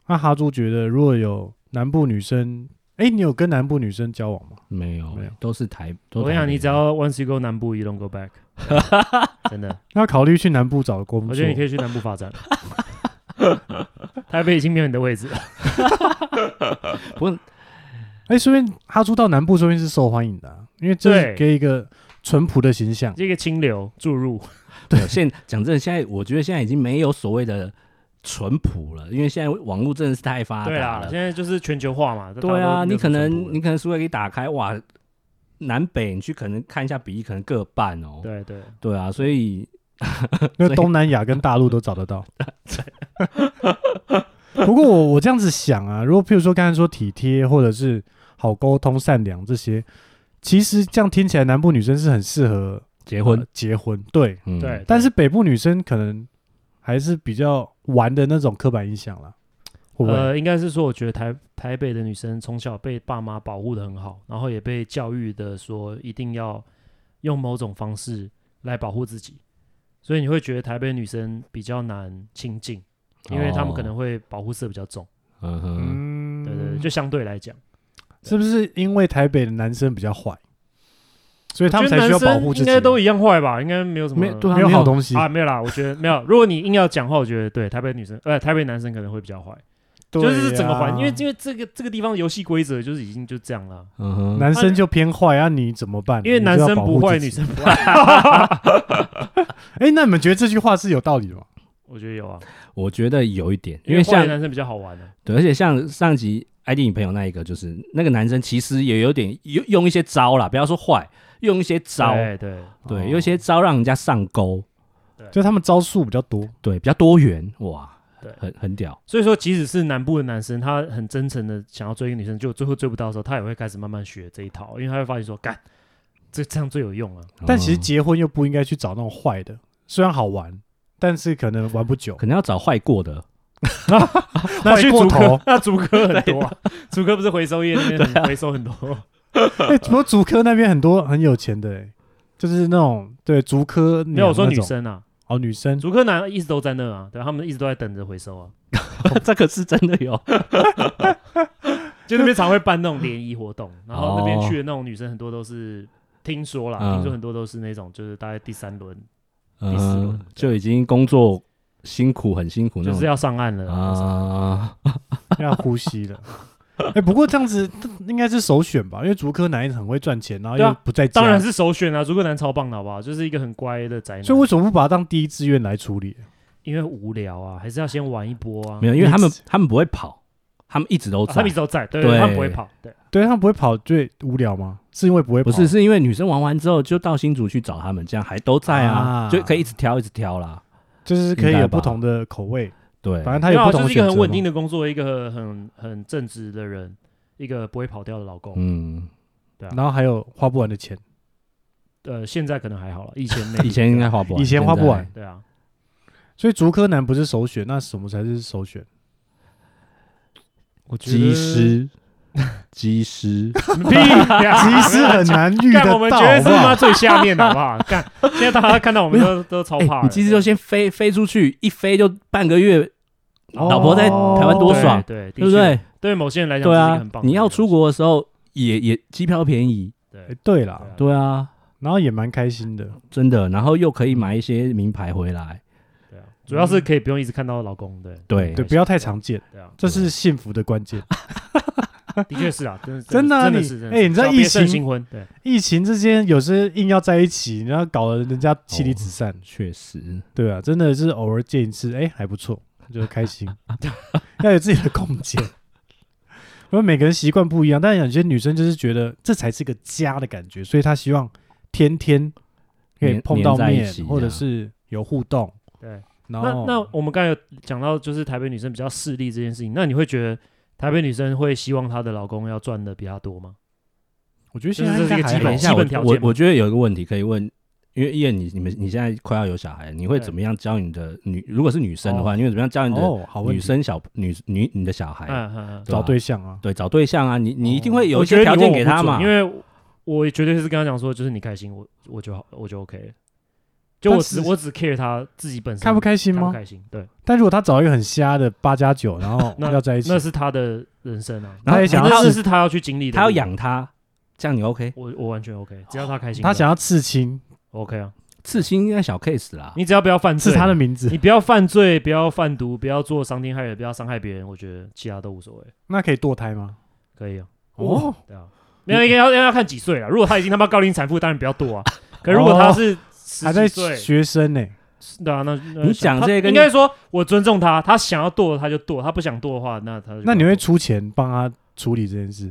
[SPEAKER 1] 那哈猪觉得如果有南部女生，哎、你有跟南部女生交往吗？
[SPEAKER 3] 没有
[SPEAKER 1] 没有
[SPEAKER 3] 都是台。都
[SPEAKER 2] 我跟你讲，
[SPEAKER 3] 台北
[SPEAKER 2] 你只要 once you go 南部，you don't go
[SPEAKER 3] (laughs)
[SPEAKER 2] back，真的。
[SPEAKER 1] 那考虑去南部找工作，
[SPEAKER 2] 我觉得你可以去南部发展，
[SPEAKER 3] (laughs)
[SPEAKER 2] 台北已经没有你的位置了。
[SPEAKER 3] (laughs)
[SPEAKER 1] 哎，说明哈猪到南部说明是受欢迎的啊、因为这是
[SPEAKER 2] 对
[SPEAKER 1] 给一个淳朴的形象。
[SPEAKER 2] 这个清流注入，
[SPEAKER 3] 对，现讲真的，现在我觉得现在已经没有所谓的淳朴了，因为现在网络真的是太发
[SPEAKER 2] 对
[SPEAKER 3] 达
[SPEAKER 2] 啦，
[SPEAKER 3] 了
[SPEAKER 2] 现。在就是全球化嘛。
[SPEAKER 3] 对啊，你可能你
[SPEAKER 2] 你
[SPEAKER 3] 可能书柜一打开，哇，南北你去可能看一下比例，可能各半哦。
[SPEAKER 2] 对对，
[SPEAKER 3] 对啊，所以
[SPEAKER 1] 因为
[SPEAKER 2] (laughs)
[SPEAKER 3] 所以
[SPEAKER 1] 东南亚跟大陆都找得到。 (laughs) 不过我我这样子想啊，如果譬如说刚才说体贴或者是好沟通、善良这些，其实这样听起来南部女生是很适合
[SPEAKER 3] 结婚
[SPEAKER 1] 呃，结婚，对。
[SPEAKER 3] 嗯
[SPEAKER 2] 对
[SPEAKER 1] 但是北部女生可能还是比较玩的那种刻板印象啦，会不会？
[SPEAKER 2] 呃，应该是说，我觉得台台北的女生从小被爸妈保护的很好，然后也被教育的说一定要用某种方式来保护自己，所以你会觉得台北女生比较难亲近，因为她们可能
[SPEAKER 3] 哦，
[SPEAKER 2] 会保护色比较重。
[SPEAKER 3] 嗯哼，
[SPEAKER 1] 嗯，
[SPEAKER 2] 对对对，就相对来讲，
[SPEAKER 1] 是不是因为台北的男生比较坏，所以他们才
[SPEAKER 2] 我
[SPEAKER 1] 需要
[SPEAKER 2] 觉得
[SPEAKER 1] 保
[SPEAKER 2] 男
[SPEAKER 1] 护
[SPEAKER 2] 生
[SPEAKER 1] 自
[SPEAKER 2] 应
[SPEAKER 1] 己？
[SPEAKER 2] 该都一样坏吧？应该没有什么
[SPEAKER 3] 没对啊，
[SPEAKER 1] 没有好
[SPEAKER 3] 东
[SPEAKER 1] 东西
[SPEAKER 2] 啊，没有啦，我觉得没有。如果你硬要讲话，我觉得对台北女生，呃，台北男生可能会比较坏，
[SPEAKER 1] 对
[SPEAKER 2] 就是整个
[SPEAKER 1] 啊
[SPEAKER 2] 环，因为因为这个这个地方的游戏规则就是已经就这样了。
[SPEAKER 3] 嗯哼，
[SPEAKER 1] 男生就偏坏啊，你怎么办？
[SPEAKER 2] 因为男生不坏，
[SPEAKER 1] 你就
[SPEAKER 2] 女
[SPEAKER 1] 要保护自己。
[SPEAKER 2] 生
[SPEAKER 1] (laughs)
[SPEAKER 2] 不坏。 (laughs)
[SPEAKER 1] 哎，那你们觉得这句话是有道理的吗？
[SPEAKER 2] 我觉得有啊，
[SPEAKER 3] 我觉得有一点，因
[SPEAKER 2] 因
[SPEAKER 3] 为
[SPEAKER 2] 坏
[SPEAKER 3] 像
[SPEAKER 2] 的男生比较好玩啊。
[SPEAKER 3] 对，而且像上集 ID 女朋友那一个，就是那个男生其实也有点用用一些招啦，不要说坏，用一些招，
[SPEAKER 2] 对对，
[SPEAKER 3] 对，
[SPEAKER 1] 哦
[SPEAKER 3] 用一些招让人家上钩，
[SPEAKER 1] 就他们招数比较多，
[SPEAKER 2] 哦
[SPEAKER 3] 对，比较多元，哇，
[SPEAKER 2] 对
[SPEAKER 3] 很很屌，
[SPEAKER 2] 所以说即使是南部的男生，他很真诚的想要追一个女生，就最后追不到的时候，他也会开始慢慢学这一套，因为他会发现说，干，这这样最有用啊。
[SPEAKER 1] 但其实
[SPEAKER 3] 嗯
[SPEAKER 1] 结婚又不应该去找那种坏的，虽然好玩，但是可能玩不久。
[SPEAKER 3] 可能要找坏过的，
[SPEAKER 1] (laughs)
[SPEAKER 3] (laughs)
[SPEAKER 1] 那去
[SPEAKER 2] 竹
[SPEAKER 1] 竹
[SPEAKER 2] 科
[SPEAKER 1] 科，，
[SPEAKER 2] (laughs) 那竹科很
[SPEAKER 1] (laughs)
[SPEAKER 2] 多啊，竹科不是回收业那边很
[SPEAKER 1] 啊
[SPEAKER 2] 回收很多，
[SPEAKER 1] 哎，不过竹科那边很多很有钱的，哎，就是那种对竹科
[SPEAKER 2] 没有我说
[SPEAKER 1] 娘那
[SPEAKER 2] 女
[SPEAKER 1] 种
[SPEAKER 2] 生啊，
[SPEAKER 1] 哦，女生
[SPEAKER 2] 竹科男一直都在那啊，对，他们一直都在等着回收啊，
[SPEAKER 3] 这个是真
[SPEAKER 2] (laughs)
[SPEAKER 3] 的有，
[SPEAKER 2] 就那边常会办那种联谊活
[SPEAKER 3] (laughs)
[SPEAKER 2] 动，然后那边
[SPEAKER 3] 哦
[SPEAKER 2] 去的那种女生很多都是。听说啦，
[SPEAKER 3] 嗯
[SPEAKER 2] 听说很多都是那种，就是大概第三轮第四轮
[SPEAKER 3] 嗯，就已经工作辛苦，很辛哦苦
[SPEAKER 2] 哦
[SPEAKER 3] 那
[SPEAKER 2] 就是
[SPEAKER 3] 种
[SPEAKER 2] 要上岸了
[SPEAKER 3] 啊，
[SPEAKER 1] 要呼吸了。 (laughs) 哎，不过这样子应该是首选吧，因为竹科男很会赚钱，然后
[SPEAKER 2] 对
[SPEAKER 1] 又
[SPEAKER 2] 啊
[SPEAKER 1] 不在家，
[SPEAKER 2] 当然是首选啊，竹科男超棒的好不好？就是一个很乖的宅男，
[SPEAKER 1] 所以为什么不把它当第一志愿来处理？
[SPEAKER 2] 因为无聊啊，还是要先玩一波啊。
[SPEAKER 3] 没有，因为他们
[SPEAKER 1] 一
[SPEAKER 3] 他们不会跑，他们一直都
[SPEAKER 2] 啊他
[SPEAKER 3] 在
[SPEAKER 2] 们一直，都在，对，
[SPEAKER 3] 对
[SPEAKER 2] 他们不会跑，对，
[SPEAKER 1] 对他们不会跑最无聊吗？是因为不会跑？
[SPEAKER 3] 不是，是因为女生玩完之后就到新竹去找他们，这样还都在啊，
[SPEAKER 1] 啊
[SPEAKER 3] 就可以一直挑一直挑啦，
[SPEAKER 1] 就是可以
[SPEAKER 3] 应
[SPEAKER 1] 有
[SPEAKER 3] 该吧
[SPEAKER 1] 不同的口味，
[SPEAKER 3] 对，
[SPEAKER 1] 反正他
[SPEAKER 2] 没
[SPEAKER 1] 有
[SPEAKER 2] 啊
[SPEAKER 1] 不同的
[SPEAKER 2] 就是一个很稳定
[SPEAKER 1] 的。
[SPEAKER 2] 的工作，一个很很正直的人，一个不会跑掉的老公。
[SPEAKER 3] 嗯，
[SPEAKER 1] 然后还有花不完的钱，
[SPEAKER 2] 呃，现在可能还好了，以前没有，
[SPEAKER 3] 以前应该花不完，
[SPEAKER 1] 以前花不完
[SPEAKER 3] 现
[SPEAKER 2] 对啊， (laughs)
[SPEAKER 1] 所以竹科男不是首选，那什么才是首选？
[SPEAKER 2] 我
[SPEAKER 3] 在
[SPEAKER 1] (laughs)
[SPEAKER 3] 技，师，技师，
[SPEAKER 2] 屁呀， (laughs)
[SPEAKER 1] 其实很难遇
[SPEAKER 2] 啊干
[SPEAKER 1] 得
[SPEAKER 2] 我们
[SPEAKER 1] 到，
[SPEAKER 2] 绝对是
[SPEAKER 1] 好不
[SPEAKER 2] 他妈
[SPEAKER 1] 好
[SPEAKER 2] 最下面的好不好？干，现在大家看到我们都都超
[SPEAKER 3] 哎
[SPEAKER 2] 怕
[SPEAKER 3] 你
[SPEAKER 2] 的，
[SPEAKER 3] 其实就先飞飞出去，一飞就半个月，老婆在台湾多
[SPEAKER 2] 对
[SPEAKER 1] 哦
[SPEAKER 3] 爽，
[SPEAKER 2] 对
[SPEAKER 3] 对
[SPEAKER 2] 对的
[SPEAKER 3] 不？
[SPEAKER 2] 确
[SPEAKER 3] 对？
[SPEAKER 2] 对某些人来讲，
[SPEAKER 3] 对
[SPEAKER 2] 这是一个
[SPEAKER 3] 啊
[SPEAKER 2] 很棒，的
[SPEAKER 3] 你要
[SPEAKER 2] 一个
[SPEAKER 3] 出国的时候也也机票便宜，
[SPEAKER 2] 东西，
[SPEAKER 1] 哎
[SPEAKER 2] 对
[SPEAKER 1] 对啦，
[SPEAKER 3] 对啊，
[SPEAKER 1] 然后也蛮开心的。
[SPEAKER 3] 真的，然后又可以买一些名牌回来，
[SPEAKER 2] 对啊，主要是可以不用一直看到老公，对
[SPEAKER 3] 对
[SPEAKER 1] 对，不要太常见，
[SPEAKER 2] 对啊，
[SPEAKER 1] 这是幸福的关键。
[SPEAKER 2] 的确是啊，真的是
[SPEAKER 1] 真的啊
[SPEAKER 2] 真的
[SPEAKER 1] 你
[SPEAKER 2] 是，真的
[SPEAKER 1] 哎
[SPEAKER 2] 是
[SPEAKER 1] 你知道
[SPEAKER 2] 小别
[SPEAKER 1] 疫情
[SPEAKER 2] 胜新婚对，
[SPEAKER 1] 疫情之间有时硬要在一起，然后搞得人家妻离子散。
[SPEAKER 3] 确实，
[SPEAKER 1] 对啊，真的是偶尔见一次，哎，还不错，就开心， (laughs) 要有自己的空间。因为每个人习惯不一样，但有些女生就是觉得这才是个家的感觉，所以她希望天天可以
[SPEAKER 3] 黏
[SPEAKER 1] 碰到
[SPEAKER 3] 黏在一
[SPEAKER 1] 面
[SPEAKER 3] 起，
[SPEAKER 1] 或者
[SPEAKER 3] 这样
[SPEAKER 1] 是有互动。
[SPEAKER 2] 对，
[SPEAKER 1] 然
[SPEAKER 2] 那
[SPEAKER 1] 后
[SPEAKER 2] 那我们刚才有讲到，就是台北女生比较势利这件事情，那你会觉得台北女生会希望她的老公要赚的比她多吗？
[SPEAKER 1] 我觉得
[SPEAKER 2] 就
[SPEAKER 1] 现在
[SPEAKER 2] 是
[SPEAKER 1] 应
[SPEAKER 2] 这
[SPEAKER 1] 该
[SPEAKER 2] 是一个
[SPEAKER 1] 还好
[SPEAKER 2] 基本
[SPEAKER 3] 哎等一
[SPEAKER 2] 基
[SPEAKER 3] 下，我
[SPEAKER 2] 本条件
[SPEAKER 3] 我
[SPEAKER 2] 嘛
[SPEAKER 3] 我觉得有一个问题可以问，因为燕，你你们你现在快要有小孩，你会
[SPEAKER 2] 对
[SPEAKER 3] 怎么样教你的女？如果是女生的话，你会怎么样教你的
[SPEAKER 1] 哦，好问
[SPEAKER 3] 女
[SPEAKER 1] 题
[SPEAKER 3] 生小女女你的小孩？
[SPEAKER 2] 嗯嗯嗯，
[SPEAKER 3] 对吧
[SPEAKER 1] 找对象啊，
[SPEAKER 3] 对，找对象啊，你你一定会有
[SPEAKER 2] 哦我
[SPEAKER 3] 一
[SPEAKER 2] 觉得
[SPEAKER 3] 些条
[SPEAKER 2] 你
[SPEAKER 3] 件
[SPEAKER 2] 问我
[SPEAKER 3] 给
[SPEAKER 2] 不
[SPEAKER 3] 她
[SPEAKER 2] 准
[SPEAKER 3] 嘛
[SPEAKER 2] 因。为我绝对是跟她讲说，就是你开心，我我就好，我就 OK 了。就我
[SPEAKER 1] 但是
[SPEAKER 2] 只我只 care 他自己本身
[SPEAKER 1] 开不开心
[SPEAKER 2] 开不
[SPEAKER 1] 吗？
[SPEAKER 2] 开心，对，
[SPEAKER 1] 但如果他找一个很瞎的八加九，然后
[SPEAKER 2] 那
[SPEAKER 1] 要在一起
[SPEAKER 2] 那，是他的人生啊，
[SPEAKER 1] 他也想
[SPEAKER 2] 那
[SPEAKER 1] 要
[SPEAKER 2] 是
[SPEAKER 1] 刺，
[SPEAKER 2] 是他要去经历的，
[SPEAKER 3] 他要养他，这样你 OK？
[SPEAKER 2] 我，我完全 OK，只要他开心就好，
[SPEAKER 1] 他想要刺青，
[SPEAKER 2] OK 啊，
[SPEAKER 3] 刺青应该小 case 啦，
[SPEAKER 2] 你只要不要犯罪，
[SPEAKER 1] 刺他的名字
[SPEAKER 2] (laughs) 你，不要犯罪，不要贩毒，不要做伤天害人，不要伤害别人，我觉得其他都无所谓，
[SPEAKER 1] 那可以堕胎吗？
[SPEAKER 2] 可以啊，
[SPEAKER 1] 哦，
[SPEAKER 2] 对啊，没有应该要要看几岁了，如果他已经他妈高龄产妇，当然不要剁啊，可如果他是
[SPEAKER 1] 哦还
[SPEAKER 2] 十
[SPEAKER 1] 在
[SPEAKER 2] 几岁，
[SPEAKER 1] 学生呢，
[SPEAKER 2] 对啊，那那
[SPEAKER 3] 你
[SPEAKER 2] 想
[SPEAKER 3] 讲
[SPEAKER 2] 他
[SPEAKER 3] 这个
[SPEAKER 2] 应该说我尊重他，他想要剁他就剁，他不想剁的话，那他就
[SPEAKER 1] 那你
[SPEAKER 2] 不要
[SPEAKER 1] 会
[SPEAKER 2] 剁
[SPEAKER 1] 出钱帮他处理这件事？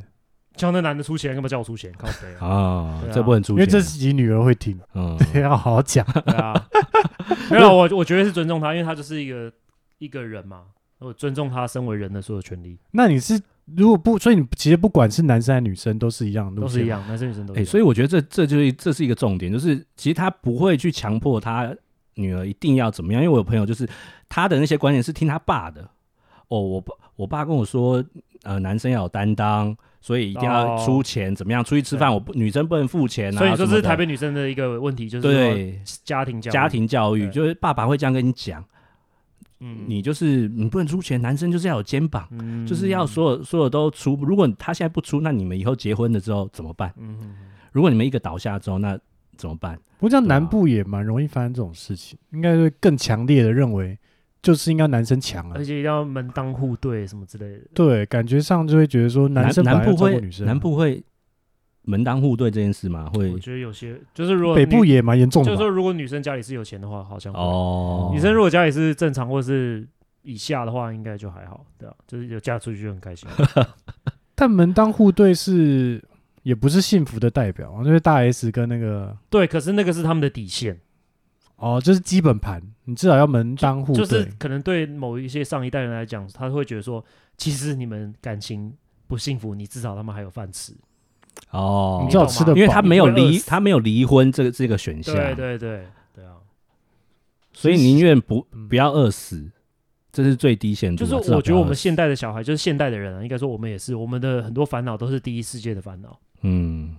[SPEAKER 2] 叫那男的出钱，干嘛叫我出钱？靠背啊，
[SPEAKER 3] 啊
[SPEAKER 2] 对啊，
[SPEAKER 3] 这不能出
[SPEAKER 1] 因
[SPEAKER 3] 现，
[SPEAKER 1] 为这自己女儿会听， (laughs)
[SPEAKER 3] 嗯，
[SPEAKER 1] 要好好讲。 (laughs)
[SPEAKER 2] 对
[SPEAKER 3] (laughs)
[SPEAKER 2] 啊，没有我我觉得是尊重他，因为他就是一个一个人嘛，我尊重他身为人的所有权利，
[SPEAKER 1] 那你是如果不，所以你其实不管是男生还是女生，都是一样的
[SPEAKER 2] 都
[SPEAKER 1] 路线，
[SPEAKER 2] 是一。样，男生女生都一
[SPEAKER 3] 哎，
[SPEAKER 2] 样。
[SPEAKER 3] 所以我觉得这这就是这是一个重点，就是其实他不会去强迫他女儿一定要怎么样，因为我有朋友就是他的那些观念是听他爸的。哦，我爸我爸跟我说，呃，男生要有担当，所以一定要
[SPEAKER 2] 哦
[SPEAKER 3] 出钱，怎么样？出去吃饭，我不女生不能付钱啊。
[SPEAKER 2] 所以你说这
[SPEAKER 3] 什么
[SPEAKER 2] 是
[SPEAKER 3] 的
[SPEAKER 2] 台北女生的一个问题，就是说
[SPEAKER 3] 对
[SPEAKER 2] 家庭教育
[SPEAKER 3] 家，庭教育，
[SPEAKER 2] 对
[SPEAKER 3] 就是爸爸会这样跟你讲，
[SPEAKER 2] 嗯
[SPEAKER 3] 你就是你不能出钱，男生就是要有肩膀，
[SPEAKER 2] 嗯
[SPEAKER 3] 就是要所有所有都出。如果他现在不出，那你们以后结婚了之后怎么办？
[SPEAKER 2] 嗯嗯
[SPEAKER 3] 如果你们一个倒下之后，那怎么办？
[SPEAKER 1] 不过这样南部也蛮容易发生这种事情，应该会更强烈的认为就是应该男生强啊
[SPEAKER 2] 而。且一定要门当户对什么之类的。
[SPEAKER 1] 对，感觉上就会觉得说男生
[SPEAKER 3] 南
[SPEAKER 1] 本来要
[SPEAKER 3] 部
[SPEAKER 1] 照顾
[SPEAKER 3] 会
[SPEAKER 1] 女生啊，
[SPEAKER 3] 南部会门当户对这件事吗？会
[SPEAKER 2] 我觉得有些就是如果
[SPEAKER 1] 北部
[SPEAKER 2] 女
[SPEAKER 1] 也蛮严重
[SPEAKER 2] 就
[SPEAKER 1] 的
[SPEAKER 2] 是
[SPEAKER 1] 吧
[SPEAKER 2] 说，。如果女生家里是有钱的话，好像会
[SPEAKER 3] 哦，
[SPEAKER 2] 女生如果家里是正常或是以下的话，应该就还好，对啊，就是有嫁出去就很开
[SPEAKER 3] (laughs)
[SPEAKER 2] 心。
[SPEAKER 1] 但门当户对是也不是幸福的代表啊，因为大 S 跟那个
[SPEAKER 2] 对，可是那个是他们的底线，
[SPEAKER 1] 哦，就是基本盘，你至少要门当户
[SPEAKER 2] 就是
[SPEAKER 1] 对。
[SPEAKER 2] 可能对某一些上一代人来讲，他会觉得说，其实你们感情不幸福，你至少他们还有饭吃。
[SPEAKER 3] 哦，
[SPEAKER 1] 你知道
[SPEAKER 2] 懂吗
[SPEAKER 1] 吃得
[SPEAKER 3] 因为
[SPEAKER 1] 饱
[SPEAKER 3] 他没有
[SPEAKER 2] 你不会饿
[SPEAKER 3] 离，
[SPEAKER 2] 死
[SPEAKER 3] 他没有离婚这个这个选项，
[SPEAKER 2] 对对对对啊，
[SPEAKER 3] 所以宁愿不
[SPEAKER 1] 嗯
[SPEAKER 3] 不要饿死，这是最低限度
[SPEAKER 2] 就
[SPEAKER 3] 啊。
[SPEAKER 2] 是
[SPEAKER 3] 至少
[SPEAKER 2] 我觉得
[SPEAKER 3] 不要
[SPEAKER 2] 我们
[SPEAKER 3] 饿死
[SPEAKER 2] 现代的小孩，就是现代的人啊，应该说我们也是，我们的很多烦恼都是第一世界的烦恼，
[SPEAKER 3] 嗯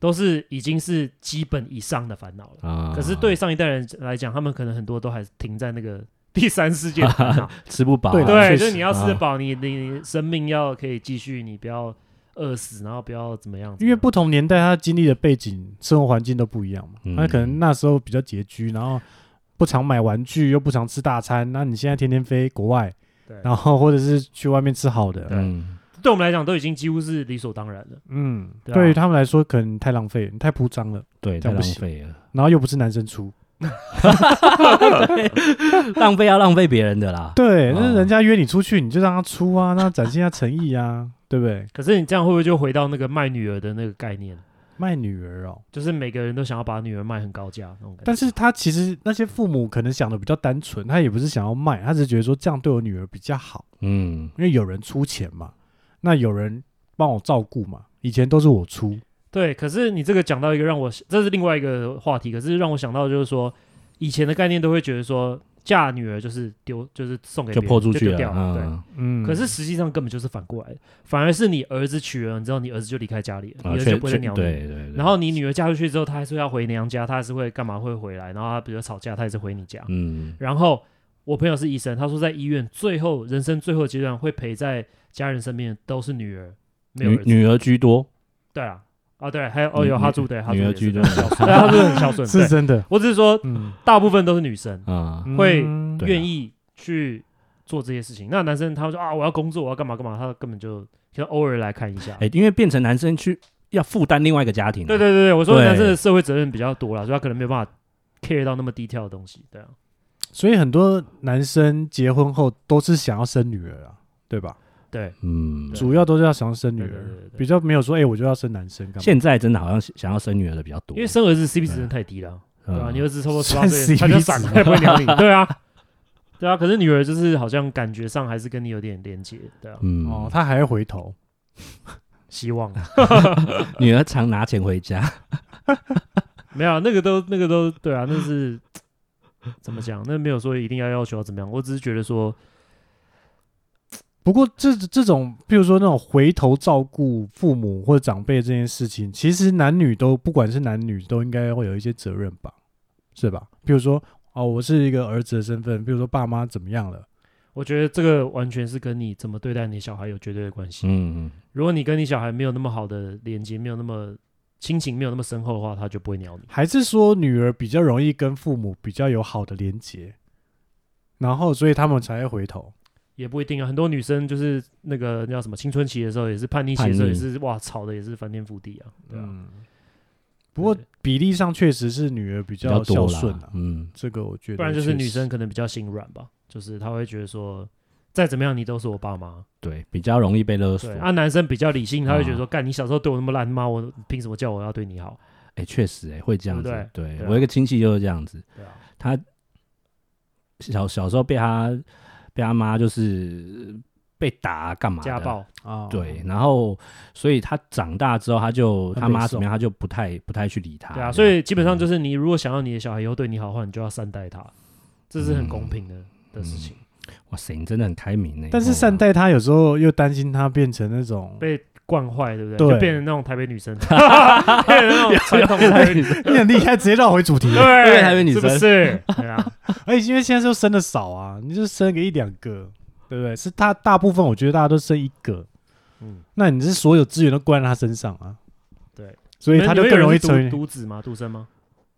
[SPEAKER 2] 都是已经是基本以上的烦恼了。
[SPEAKER 3] 啊，
[SPEAKER 2] 可是对上一代人来讲，他们可能很多都还停在那个第三世界的烦恼。
[SPEAKER 3] 吃不饱啊，
[SPEAKER 1] 对的
[SPEAKER 2] 对，
[SPEAKER 1] 确
[SPEAKER 2] 就是
[SPEAKER 1] 实
[SPEAKER 2] 你要吃
[SPEAKER 3] 啊
[SPEAKER 2] 得饱，你你你生命要可以继续，你不要饿死，然后不要怎么样。
[SPEAKER 1] 因为
[SPEAKER 2] 怎么
[SPEAKER 1] 不同年代，他经历的背景、生活环境都不一样嘛。
[SPEAKER 3] 嗯
[SPEAKER 1] 那、可能那时候比较拮据，然后不常买玩具，又不常吃大餐。那你现在天天飞国外，
[SPEAKER 2] 样对，
[SPEAKER 1] 然后或者是去外面吃好的，
[SPEAKER 3] 嗯，
[SPEAKER 2] 对我们来讲都已经几乎是理所当然了。
[SPEAKER 1] 嗯，
[SPEAKER 2] 对啊
[SPEAKER 1] 对于他们来说，可能太浪费了，你太铺张了。
[SPEAKER 3] 对，
[SPEAKER 1] 这
[SPEAKER 3] 太
[SPEAKER 1] 样不
[SPEAKER 3] 浪
[SPEAKER 1] 行
[SPEAKER 3] 费了，
[SPEAKER 1] 然后又不是男生出，
[SPEAKER 3] 浪费要浪费别人的
[SPEAKER 2] (laughs)
[SPEAKER 3] 啦。
[SPEAKER 1] 对，
[SPEAKER 3] 哦
[SPEAKER 1] 那、人家约你出去，你就让他出啊，让他展现一下诚意啊，对不对？
[SPEAKER 2] 可是你这样会不会就回到那个卖女儿的那个概念？
[SPEAKER 1] 卖女儿哦，
[SPEAKER 2] 就是每个人都想要把女儿卖很高价那种感觉。
[SPEAKER 1] 但是他其实那些父母可能想的比较单纯，他也不是想要卖，他只是觉得说这样对我女儿比较好。
[SPEAKER 3] 嗯，
[SPEAKER 1] 因为有人出钱嘛，那有人帮我照顾嘛，以前都是我出，
[SPEAKER 2] 对，可是你这个讲到一个让我，这是另外一个话题，可是让我想到就是说，以前的概念都会觉得说嫁女儿就是丢，就是送给
[SPEAKER 3] 就
[SPEAKER 2] 别人
[SPEAKER 3] 泼出去
[SPEAKER 2] 就丢掉
[SPEAKER 3] 了，
[SPEAKER 2] 了。对，
[SPEAKER 3] 嗯，
[SPEAKER 1] 嗯
[SPEAKER 2] 可是实际上根本就是反过来，反而是你儿子娶了，你知道你儿子就离开家里了，你
[SPEAKER 3] 啊
[SPEAKER 2] 儿子
[SPEAKER 3] 确
[SPEAKER 2] 就不会再
[SPEAKER 3] 确
[SPEAKER 2] 鸟你。
[SPEAKER 3] 对对对，
[SPEAKER 2] 然后你女儿嫁出去之后，她还是要回娘家，她还是会干嘛会回来，然后她比如吵架，她也是回你家。
[SPEAKER 3] 嗯，
[SPEAKER 2] 然后我朋友是医生，他说在医院最后人生最后阶段会陪在家人身边的都是女儿，没有儿
[SPEAKER 3] 女
[SPEAKER 2] 子。
[SPEAKER 3] 女儿居多，
[SPEAKER 2] 对啊，哦对，还有哦
[SPEAKER 3] 女
[SPEAKER 2] 有
[SPEAKER 3] 女
[SPEAKER 2] 哈住对，哈住
[SPEAKER 3] 女儿
[SPEAKER 2] 也
[SPEAKER 3] 居
[SPEAKER 2] 是
[SPEAKER 3] 多
[SPEAKER 2] 对，他是很孝顺。
[SPEAKER 1] 是
[SPEAKER 2] 对，
[SPEAKER 3] (laughs)
[SPEAKER 1] 真的，
[SPEAKER 2] 我只是说
[SPEAKER 1] 嗯，
[SPEAKER 2] 大部分都是女生
[SPEAKER 3] 啊，
[SPEAKER 2] 会
[SPEAKER 1] 嗯
[SPEAKER 3] 对啊
[SPEAKER 2] 愿意去做这些事情，那男生他说啊我要工作我要干嘛干嘛，他根本就就偶尔来看一下。
[SPEAKER 3] 哎，因为变成男生去要负担另外一个家庭啊，
[SPEAKER 2] 对对对对，我说
[SPEAKER 3] 对
[SPEAKER 2] 男生的社会责任比较多啦，所以他可能没有办法 care 到那么低调的东西，对啊。
[SPEAKER 1] 所以很多男生结婚后都是想要生女儿啊，对吧？
[SPEAKER 2] 对，啊
[SPEAKER 3] 嗯，
[SPEAKER 2] 对
[SPEAKER 1] 主要都是要想要生女
[SPEAKER 2] 对对对
[SPEAKER 1] 儿
[SPEAKER 2] 对，对
[SPEAKER 1] 比较没有说哎、我就要生男生干嘛？
[SPEAKER 3] 现在真的好像想要生女儿的比较多，
[SPEAKER 2] 因为生儿子 CP 值真的太低了，对吧、
[SPEAKER 3] 嗯
[SPEAKER 2] 你儿子超过十八
[SPEAKER 1] 算
[SPEAKER 2] 岁，
[SPEAKER 1] CP
[SPEAKER 2] 他就闪
[SPEAKER 1] 值吗
[SPEAKER 2] 开不会鸟你， (laughs) 对啊，对啊。可是女儿就是好像感觉上还是跟你有点连接，对啊，
[SPEAKER 3] 嗯
[SPEAKER 1] 哦，他还会回头，
[SPEAKER 2] 希望啊
[SPEAKER 3] 女儿常拿钱
[SPEAKER 2] (laughs)
[SPEAKER 3] 回家，
[SPEAKER 2] 没有啊那个都那个都对啊，那是怎么讲？那没有说一定要要求要怎么样，我只是觉得说，
[SPEAKER 1] 不过这这种，比如说那种回头照顾父母或者长辈这件事情，其实男女都不管是男女都应该会有一些责任吧。是吧？比如说哦，我是一个儿子的身份，比如说爸妈怎么样了，
[SPEAKER 2] 我觉得这个完全是跟你怎么对待你小孩有绝对的关系。
[SPEAKER 3] 嗯嗯，
[SPEAKER 2] 如果你跟你小孩没有那么好的连接，没有那么亲情，没有那么深厚的话，他就不会鸟你。
[SPEAKER 1] 还是说女儿比较容易跟父母比较有好的连结，然后所以他们才会回头。
[SPEAKER 2] 也不一定啊，很多女生就是那个叫什么青春期的时候，也是叛逆期的时候，
[SPEAKER 3] 叛逆
[SPEAKER 2] 也是哇吵的也是翻天覆地啊。对啊，
[SPEAKER 1] 嗯，不过比例上确实是女儿比
[SPEAKER 3] 比较
[SPEAKER 1] 较孝
[SPEAKER 3] 多
[SPEAKER 1] 顺
[SPEAKER 3] 啦
[SPEAKER 1] 啊，，
[SPEAKER 3] 嗯，
[SPEAKER 1] 这个我觉得。
[SPEAKER 2] 不然就是女生，可能比较心软吧，就是她会觉得说，再怎么样你都是我爸妈。
[SPEAKER 3] 对，比较容易被勒索
[SPEAKER 2] 对，。啊，男生比较理性，他会觉得说，干你小时候对我那么烂，妈我凭什么叫我要对你好？
[SPEAKER 3] 哎，确实，哎，会这样子
[SPEAKER 2] 对不。
[SPEAKER 3] 对
[SPEAKER 2] 对啊
[SPEAKER 3] 我有一个亲戚就是这样子，
[SPEAKER 2] 对啊，
[SPEAKER 3] 他小小时候被他被他妈就是被打干嘛的
[SPEAKER 2] 家，暴，哦
[SPEAKER 1] 啊，
[SPEAKER 3] 对，然后所以他长大之后，他就
[SPEAKER 1] 很
[SPEAKER 3] 他妈
[SPEAKER 1] 被
[SPEAKER 3] 怎么样，他就不太不太去理他。
[SPEAKER 2] 对啊，所以基本上就是是你如果想要你的小孩以后对你好的话，你就要善待他，这是很公平的、的事情。
[SPEAKER 3] 哇塞，你真的很开明呢。
[SPEAKER 1] 但是
[SPEAKER 3] 哦
[SPEAKER 1] 善待她有时候又担心她变成那种
[SPEAKER 2] 被惯坏，对不对？
[SPEAKER 1] 对
[SPEAKER 2] 就变成那种台北女生， (laughs) 变成那
[SPEAKER 1] (laughs)
[SPEAKER 2] 种传统台北女生，
[SPEAKER 1] 你很厉害，直接绕回主 (laughs) 题。
[SPEAKER 2] (laughs) 对，
[SPEAKER 3] 台北女生
[SPEAKER 2] 是不
[SPEAKER 1] (laughs)
[SPEAKER 2] 是？对啊，
[SPEAKER 1] 而且因为现在就生的少啊，你就生个一两个，对不对？是大大部分我觉得大家都生一个，
[SPEAKER 2] 嗯，
[SPEAKER 1] 那你是所有资源都灌在他身上啊，
[SPEAKER 2] 对，
[SPEAKER 1] 所以他就
[SPEAKER 2] 嗯你们有
[SPEAKER 1] 更容易
[SPEAKER 2] 人是独
[SPEAKER 1] 成为
[SPEAKER 2] 独子吗？独生吗？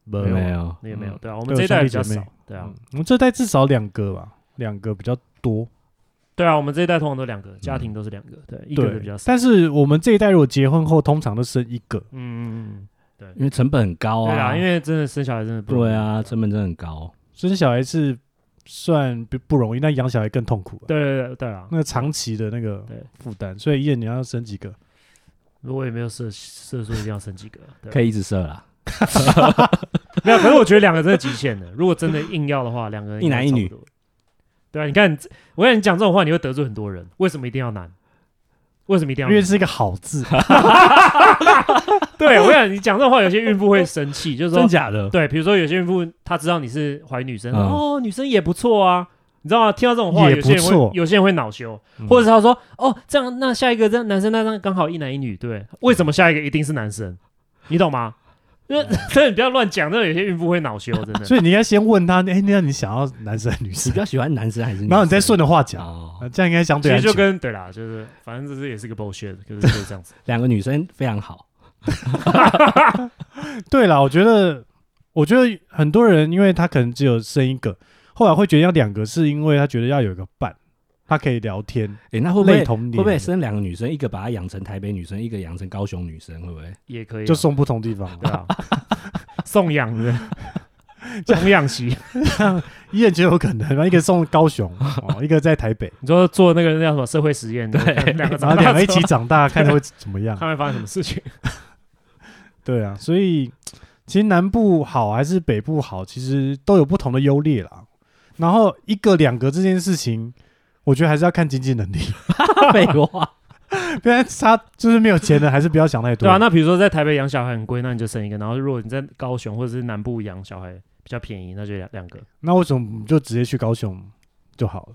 [SPEAKER 1] 没
[SPEAKER 3] (laughs) 没有
[SPEAKER 2] 那也没有，对啊，我
[SPEAKER 1] 对
[SPEAKER 2] 们这一代比较
[SPEAKER 1] 兄弟姐
[SPEAKER 2] 少
[SPEAKER 1] 妹，
[SPEAKER 2] 对啊
[SPEAKER 1] 嗯，我们这代至少两个吧，两个比较多，
[SPEAKER 2] 对啊，我们这一代通常都两个，家庭都是两个，对，一个的
[SPEAKER 1] 嗯对
[SPEAKER 2] 比较。少，
[SPEAKER 1] 但是我们这一代如果结婚后，通常都生一个，
[SPEAKER 2] 嗯嗯嗯，
[SPEAKER 3] 因
[SPEAKER 2] 对，
[SPEAKER 3] 为成本很高
[SPEAKER 2] 对
[SPEAKER 3] 啊，
[SPEAKER 2] 啦，因为真的生小孩真的不容易
[SPEAKER 3] 对啊，成本真的很高。
[SPEAKER 1] 生小孩是算不不容易，但养小孩更痛苦、啊，
[SPEAKER 2] 对对对对啊，
[SPEAKER 1] 那个长期的那个
[SPEAKER 2] 对
[SPEAKER 1] 负担，所以一人你要生几个？
[SPEAKER 2] 如果也没有射射出一定要生几个，对啊
[SPEAKER 3] 可以一直射啦，
[SPEAKER 2] (laughs) 没有，可是我觉得两个真的极限了。如果真的硬要的话，两个人
[SPEAKER 3] 一男一女
[SPEAKER 2] 应该差不多。对啊，你看，我跟你讲这种话，你会得罪很多人。为什么一定要男？为什么一定
[SPEAKER 1] 因
[SPEAKER 2] 要女？
[SPEAKER 1] 为是一个好
[SPEAKER 2] (laughs)
[SPEAKER 1] 字，
[SPEAKER 2] 对我想你讲这种话，有些孕妇会生气，就是说
[SPEAKER 3] 真，假的？
[SPEAKER 2] 对，比如说有些孕妇她知道你是怀女生，
[SPEAKER 3] 嗯
[SPEAKER 2] 哦，女生也不错啊，你知道吗？听到这种话，
[SPEAKER 1] 也
[SPEAKER 2] 有些人
[SPEAKER 1] 不错
[SPEAKER 2] 会有些人会恼羞，
[SPEAKER 1] 嗯
[SPEAKER 2] 或者是他说，哦，这样那下一个这样男生那张刚好一男一女，对，为什么下一个一定是男生？你懂吗？因为 (laughs) 真的你不要乱讲，真的有些孕妇会恼羞，真的。
[SPEAKER 1] 嗯所以你应该先问他，哎、那你想要男生还是女
[SPEAKER 3] 你
[SPEAKER 1] 生
[SPEAKER 3] 比？较喜欢男生还是女生？
[SPEAKER 1] 然后你再顺着话讲，
[SPEAKER 3] (laughs) 哦
[SPEAKER 1] 啊，这样应该相
[SPEAKER 2] 其
[SPEAKER 1] 对
[SPEAKER 2] 实
[SPEAKER 1] 安
[SPEAKER 2] 就
[SPEAKER 1] 全。
[SPEAKER 2] 跟对啦，就是反正这是也是个 bullshit，就是就是这样子。
[SPEAKER 3] 两个女生非常好，
[SPEAKER 1] 对啦，我觉得，我觉得很多人因为他可能只有生一个，后来会觉得要两个，是因为他觉得要有一个伴，他可以聊天，
[SPEAKER 3] 哎，那会不
[SPEAKER 1] 类
[SPEAKER 3] 会
[SPEAKER 1] 同
[SPEAKER 3] 会
[SPEAKER 1] 年
[SPEAKER 3] 不会生两个女生，一个把她养成台北女生，一个养成高雄女生，会不 (laughs) 会？
[SPEAKER 2] 也可以啊、
[SPEAKER 1] 就 (laughs) 送不同地方
[SPEAKER 2] 对啊，送养的送养媳，
[SPEAKER 1] 一人就有可能，一个送高雄，哦，一个在台
[SPEAKER 3] (laughs)
[SPEAKER 1] 北，
[SPEAKER 2] 你说做那个那叫什么社会实验，对，两个
[SPEAKER 1] 然
[SPEAKER 2] 长
[SPEAKER 1] 后
[SPEAKER 2] 大
[SPEAKER 1] 两个一
[SPEAKER 2] 之
[SPEAKER 1] 起
[SPEAKER 2] 后
[SPEAKER 1] 长大，看会怎么样。
[SPEAKER 2] 看会发生什么事情。
[SPEAKER 1] 对啊，所以其实南部好还是北部好，其实都有不同的优劣啦。然后一个两个这件事情，我觉得还是要看经济能
[SPEAKER 2] (laughs)
[SPEAKER 1] 力，
[SPEAKER 3] 废话，
[SPEAKER 1] 不然他就是没有钱的，还是不要想太多。
[SPEAKER 2] 对啊，那比如说在台北养小孩很贵，那你就生一个；然后如果你在高雄或者是南部养小孩比较便宜，那就两两个。
[SPEAKER 1] 那为什么不就直接去高雄就好了？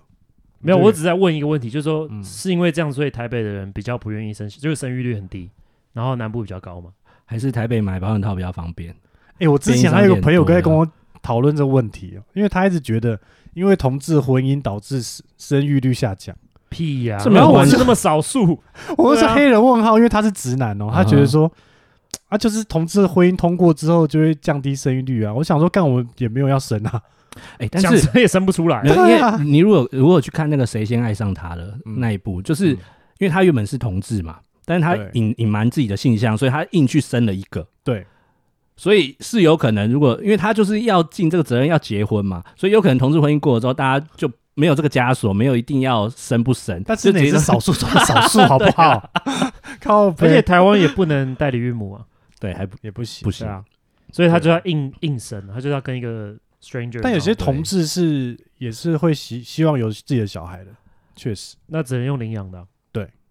[SPEAKER 2] 没有，
[SPEAKER 1] 对
[SPEAKER 2] 我只是在问一个问题，就是说、
[SPEAKER 1] 嗯
[SPEAKER 2] 是因为这样，所以台北的人比较不愿意生，就是生育率很低，然后南部比较高嘛。
[SPEAKER 3] 还是台北买保险套比较方便？
[SPEAKER 1] 哎、我之前还有一个朋
[SPEAKER 2] 啊
[SPEAKER 1] 友在跟我讨论这个问题、哦，因为他一直觉得，因为同志婚姻导致死生育率下降。
[SPEAKER 2] 屁呀、
[SPEAKER 3] 这没
[SPEAKER 2] 然
[SPEAKER 3] 有
[SPEAKER 2] 后我
[SPEAKER 3] 关系
[SPEAKER 2] 是那么少数，
[SPEAKER 1] (laughs) 我是
[SPEAKER 2] 对啊
[SPEAKER 1] 黑人问号，因为他是直男
[SPEAKER 3] 嗯
[SPEAKER 1] 哦，他觉得说。啊，就是同志婚姻通过之后就会降低生育率啊！我想说，干我们也没有要生
[SPEAKER 2] (laughs)
[SPEAKER 1] 啊，
[SPEAKER 3] 哎，但
[SPEAKER 2] 想
[SPEAKER 3] 是
[SPEAKER 2] 生也生不出来
[SPEAKER 3] 没。有因
[SPEAKER 1] 对啊
[SPEAKER 3] 为你如果如果去看那个《谁先爱上他》的
[SPEAKER 1] 嗯
[SPEAKER 3] 那一部，就是因为他原本是同志嘛，但是他
[SPEAKER 1] 对
[SPEAKER 3] 隐隐瞒自己的性向，所以他硬去生了一个。
[SPEAKER 1] 对，
[SPEAKER 3] 所以是有可能，如果因为他就是要尽这个责任，要结婚嘛，所以有可能同志婚姻过了之后，大家就没有这个枷锁，没有一定要生不生，
[SPEAKER 1] 但是
[SPEAKER 3] 就
[SPEAKER 1] 你
[SPEAKER 3] 直
[SPEAKER 1] 也
[SPEAKER 3] 接
[SPEAKER 1] 是少数中的少
[SPEAKER 2] (laughs)
[SPEAKER 1] 数，好不好？靠
[SPEAKER 2] 啊而且
[SPEAKER 1] 背，
[SPEAKER 2] 台湾也不能代理孕母
[SPEAKER 3] (laughs)
[SPEAKER 2] 啊，
[SPEAKER 3] (laughs) 对，还不
[SPEAKER 1] 也不行
[SPEAKER 3] 不。行
[SPEAKER 2] 对，啊，所以他就要硬硬生，他就要跟一个 stranger。
[SPEAKER 3] 啊
[SPEAKER 1] 但有些
[SPEAKER 2] 然后
[SPEAKER 1] 同志是也是会希希望有自己的小孩的，确实
[SPEAKER 2] 那只能用领养的啊、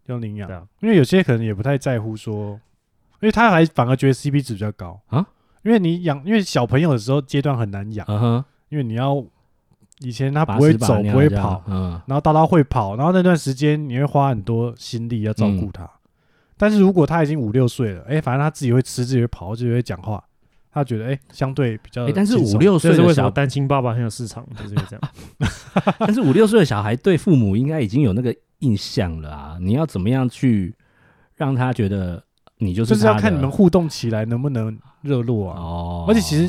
[SPEAKER 1] 要领养
[SPEAKER 2] 对。啊，
[SPEAKER 1] 因为有些可能也不太在乎说，因为他还反而觉得 CP 值比较高
[SPEAKER 3] 啊，
[SPEAKER 1] 因为你养，因为小朋友的时候阶段很难养，
[SPEAKER 3] 嗯哼，
[SPEAKER 1] 因为你要以前他
[SPEAKER 3] 把
[SPEAKER 1] 不会
[SPEAKER 3] 屎把
[SPEAKER 1] 走，
[SPEAKER 3] 尿
[SPEAKER 1] 不会
[SPEAKER 3] 这样
[SPEAKER 1] 跑，
[SPEAKER 3] 嗯，
[SPEAKER 1] 然后到他会跑，然后那段时间你会花很多心力要照
[SPEAKER 3] 嗯
[SPEAKER 1] 顾他。但是如果他已经五六岁了，哎，反正他自己会吃，自己会跑，自己会讲话，他觉得哎、相对比较
[SPEAKER 3] 哎，但是
[SPEAKER 1] 轻松
[SPEAKER 3] 五六
[SPEAKER 2] 这
[SPEAKER 3] 岁
[SPEAKER 2] 是为
[SPEAKER 3] 的
[SPEAKER 2] 什么
[SPEAKER 3] 小，
[SPEAKER 2] 单亲爸爸很有市场，就是因为这
[SPEAKER 3] (laughs)
[SPEAKER 2] 样。
[SPEAKER 3] 但是五六岁的小孩对父母应该已经有那个印象了啊！你要怎么样去让他觉得你就是
[SPEAKER 1] 就是要
[SPEAKER 3] 他
[SPEAKER 1] 看你
[SPEAKER 3] 的
[SPEAKER 1] 们互动起来能不能热络啊。
[SPEAKER 3] 哦，
[SPEAKER 1] 而且其实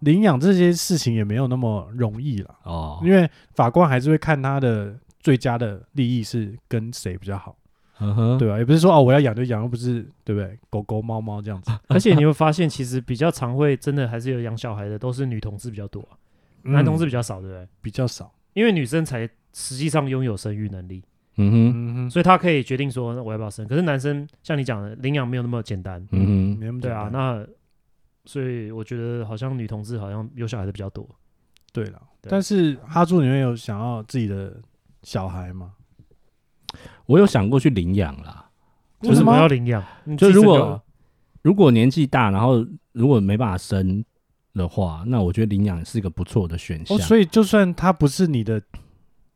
[SPEAKER 1] 领养这些事情也没有那么容易啦，
[SPEAKER 3] 哦，
[SPEAKER 1] 因为法官还是会看他的最佳的利益是跟谁比较好，
[SPEAKER 3] 嗯哼，
[SPEAKER 1] 对吧、也不是说哦我要养就养，又不是对不对？狗狗、猫猫这样子，
[SPEAKER 2] 而且你会发现，其实比较常会真的还是有养小孩的，都是女同志比较多啊、
[SPEAKER 3] 嗯
[SPEAKER 2] 男同志比较少，对不对？
[SPEAKER 1] 比较少。
[SPEAKER 2] 因为女生才实际上拥有生育能力，
[SPEAKER 3] 嗯哼，
[SPEAKER 1] 嗯哼，
[SPEAKER 2] 所以她可以决定说那我要不要生。可是男生像你讲的，领养没有那么简单，
[SPEAKER 3] 嗯哼，
[SPEAKER 1] 没那么
[SPEAKER 2] 对
[SPEAKER 1] 简
[SPEAKER 2] 啊
[SPEAKER 1] 单，
[SPEAKER 2] 那所以我觉得好像女同志好像有小孩的比较多。
[SPEAKER 1] 对了，
[SPEAKER 2] 对
[SPEAKER 1] 但是哈猪，你会有想要自己的小孩吗？
[SPEAKER 3] 我有想过去领养啦。
[SPEAKER 1] 为
[SPEAKER 2] 为
[SPEAKER 1] 什
[SPEAKER 2] 什
[SPEAKER 1] 么
[SPEAKER 2] 么啊要领养？你
[SPEAKER 3] 就
[SPEAKER 2] 自己
[SPEAKER 3] 如
[SPEAKER 2] 生
[SPEAKER 3] 果
[SPEAKER 2] 就好
[SPEAKER 3] 如果年纪大，然后如果没办法生的话，那我觉得领养是一个不错的选项。
[SPEAKER 1] 哦，所以就算他不是你的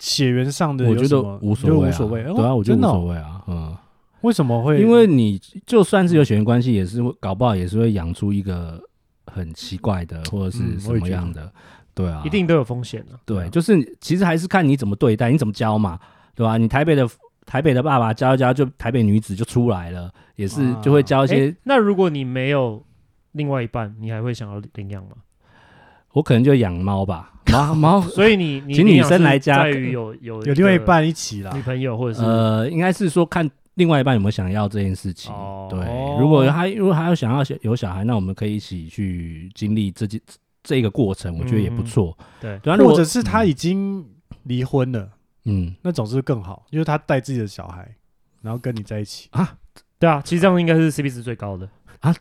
[SPEAKER 1] 血缘上的
[SPEAKER 3] 我
[SPEAKER 1] 有
[SPEAKER 3] 觉
[SPEAKER 1] 什
[SPEAKER 3] 得
[SPEAKER 1] 么，
[SPEAKER 3] 无
[SPEAKER 1] 就
[SPEAKER 3] 所谓、啊，
[SPEAKER 1] 无所谓。哦
[SPEAKER 3] 对啊，我觉
[SPEAKER 1] 真
[SPEAKER 3] 得无
[SPEAKER 1] 的哦
[SPEAKER 3] 所谓啊，嗯，
[SPEAKER 1] 为什么会？
[SPEAKER 3] 因为你就算是有血缘关系，也是会搞不好也是会养出一个很奇怪的或者
[SPEAKER 1] 嗯
[SPEAKER 3] 是什
[SPEAKER 1] 我也
[SPEAKER 3] 么
[SPEAKER 1] 觉得
[SPEAKER 3] 样的，对啊，
[SPEAKER 2] 一定都有风险的、啊。
[SPEAKER 3] 对，就是其实还是看你怎么对待，你怎么教嘛，对吧、你台北的台北的爸爸教一教，就台北女子就出来了，也是
[SPEAKER 1] 啊
[SPEAKER 3] 就会教一些，
[SPEAKER 2] 诶那如果你没有另外一半，你还会想要领养
[SPEAKER 3] (laughs)
[SPEAKER 2] 吗？
[SPEAKER 3] 我可能就养猫吧，猫猫
[SPEAKER 2] 所以你你
[SPEAKER 3] 请
[SPEAKER 2] 领
[SPEAKER 3] 女
[SPEAKER 2] 养
[SPEAKER 3] 生
[SPEAKER 2] 是
[SPEAKER 3] 来家
[SPEAKER 2] 在于有有
[SPEAKER 1] 有另外一
[SPEAKER 2] 个
[SPEAKER 1] 半啊一起啦
[SPEAKER 2] 女，朋友或者是、
[SPEAKER 3] 呃，应该是说看另外一半有没有想要这件事情。
[SPEAKER 2] 哦
[SPEAKER 3] 对，如果他如果他有想要小有小孩，那我们可以一起去经历这件这一个过程，我觉得也不错。
[SPEAKER 2] 对
[SPEAKER 3] 对啊，如
[SPEAKER 1] 或
[SPEAKER 3] 果
[SPEAKER 1] 者是他已经离婚了，
[SPEAKER 3] 嗯
[SPEAKER 1] 那总是更好，因为他带自己的小孩，然后跟你在一起。 (laughs)
[SPEAKER 2] 对啊，其实这样应该是 CP 值最高的，
[SPEAKER 3] 嗯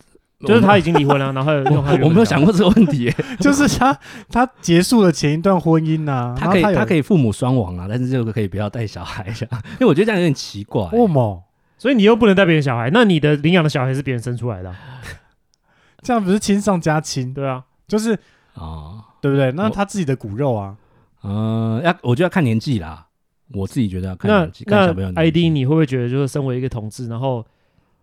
[SPEAKER 2] 就是他已经离婚了，然后
[SPEAKER 3] 我
[SPEAKER 2] 用他原
[SPEAKER 3] 我
[SPEAKER 2] 本
[SPEAKER 3] 没有
[SPEAKER 2] 的
[SPEAKER 3] 想过这个问题耶，
[SPEAKER 1] 就是他他结束了前一段婚姻呐、啊，
[SPEAKER 3] 他可以他可
[SPEAKER 1] 以
[SPEAKER 3] 以父母双亡啊，但是这个可以不要带小孩这样，因为我觉得这样有点奇怪。
[SPEAKER 1] 哦某，
[SPEAKER 2] 所以你又不能带别人小孩，那你的领养的小孩是别人生出来的啊、
[SPEAKER 1] 这样不是亲上加
[SPEAKER 3] 嗯
[SPEAKER 1] 亲，
[SPEAKER 2] 对啊，
[SPEAKER 1] 就是
[SPEAKER 3] 哦，
[SPEAKER 1] 对不对？那
[SPEAKER 3] 我
[SPEAKER 1] 他自己的骨肉啊，
[SPEAKER 3] 嗯，要我觉得要看年纪啦，我自己觉得要看
[SPEAKER 2] 那
[SPEAKER 3] 年纪，看
[SPEAKER 2] 那
[SPEAKER 3] 小朋友的年
[SPEAKER 2] ID
[SPEAKER 3] 纪
[SPEAKER 2] 你会不会觉得就是身为一个同志，然后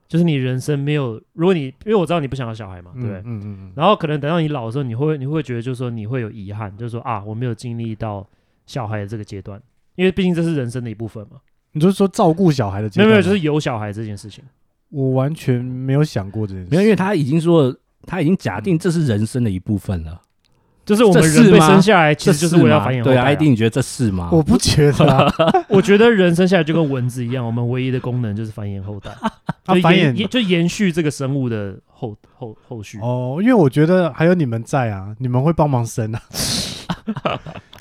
[SPEAKER 2] 就是你人生没有，如果你因为我知道你不想要小孩嘛，对
[SPEAKER 1] 嗯
[SPEAKER 2] 不对，
[SPEAKER 1] 嗯嗯嗯，
[SPEAKER 2] 然后可能等到你老的时候，你会你会觉得就是说你会有遗憾，就是说啊我没有经历到小孩的这个阶段，因为毕竟这是人生的一部分嘛，
[SPEAKER 1] 你就是说照顾小孩的阶
[SPEAKER 2] 没有
[SPEAKER 1] 段啊
[SPEAKER 2] 没
[SPEAKER 1] 吗，
[SPEAKER 2] 有就是有小孩这件事情，
[SPEAKER 1] 我完全没有想过这件事，
[SPEAKER 3] 没有，因为他已经说他已经假定这是人生的一部分了，
[SPEAKER 2] 就是我
[SPEAKER 3] 这
[SPEAKER 2] 们
[SPEAKER 3] 是
[SPEAKER 2] 人被
[SPEAKER 3] 吗
[SPEAKER 2] 生下来其实就是
[SPEAKER 3] 这是
[SPEAKER 2] 为了
[SPEAKER 3] 吗
[SPEAKER 2] 繁衍后
[SPEAKER 3] 对
[SPEAKER 2] 代、
[SPEAKER 3] 啊，ID 你觉得这是吗？
[SPEAKER 1] 我不觉得
[SPEAKER 2] (laughs)
[SPEAKER 1] 啊、
[SPEAKER 2] 我觉得人生下来就跟蚊子一样，我们唯一的功能就是繁衍后代，
[SPEAKER 1] 啊
[SPEAKER 2] 就
[SPEAKER 1] 繁
[SPEAKER 2] 延
[SPEAKER 1] 衍
[SPEAKER 2] 延就延续这个生物的后后后续。
[SPEAKER 1] 哦，因为我觉得还有你们在啊，你们会帮忙生
[SPEAKER 2] (laughs)
[SPEAKER 1] 啊，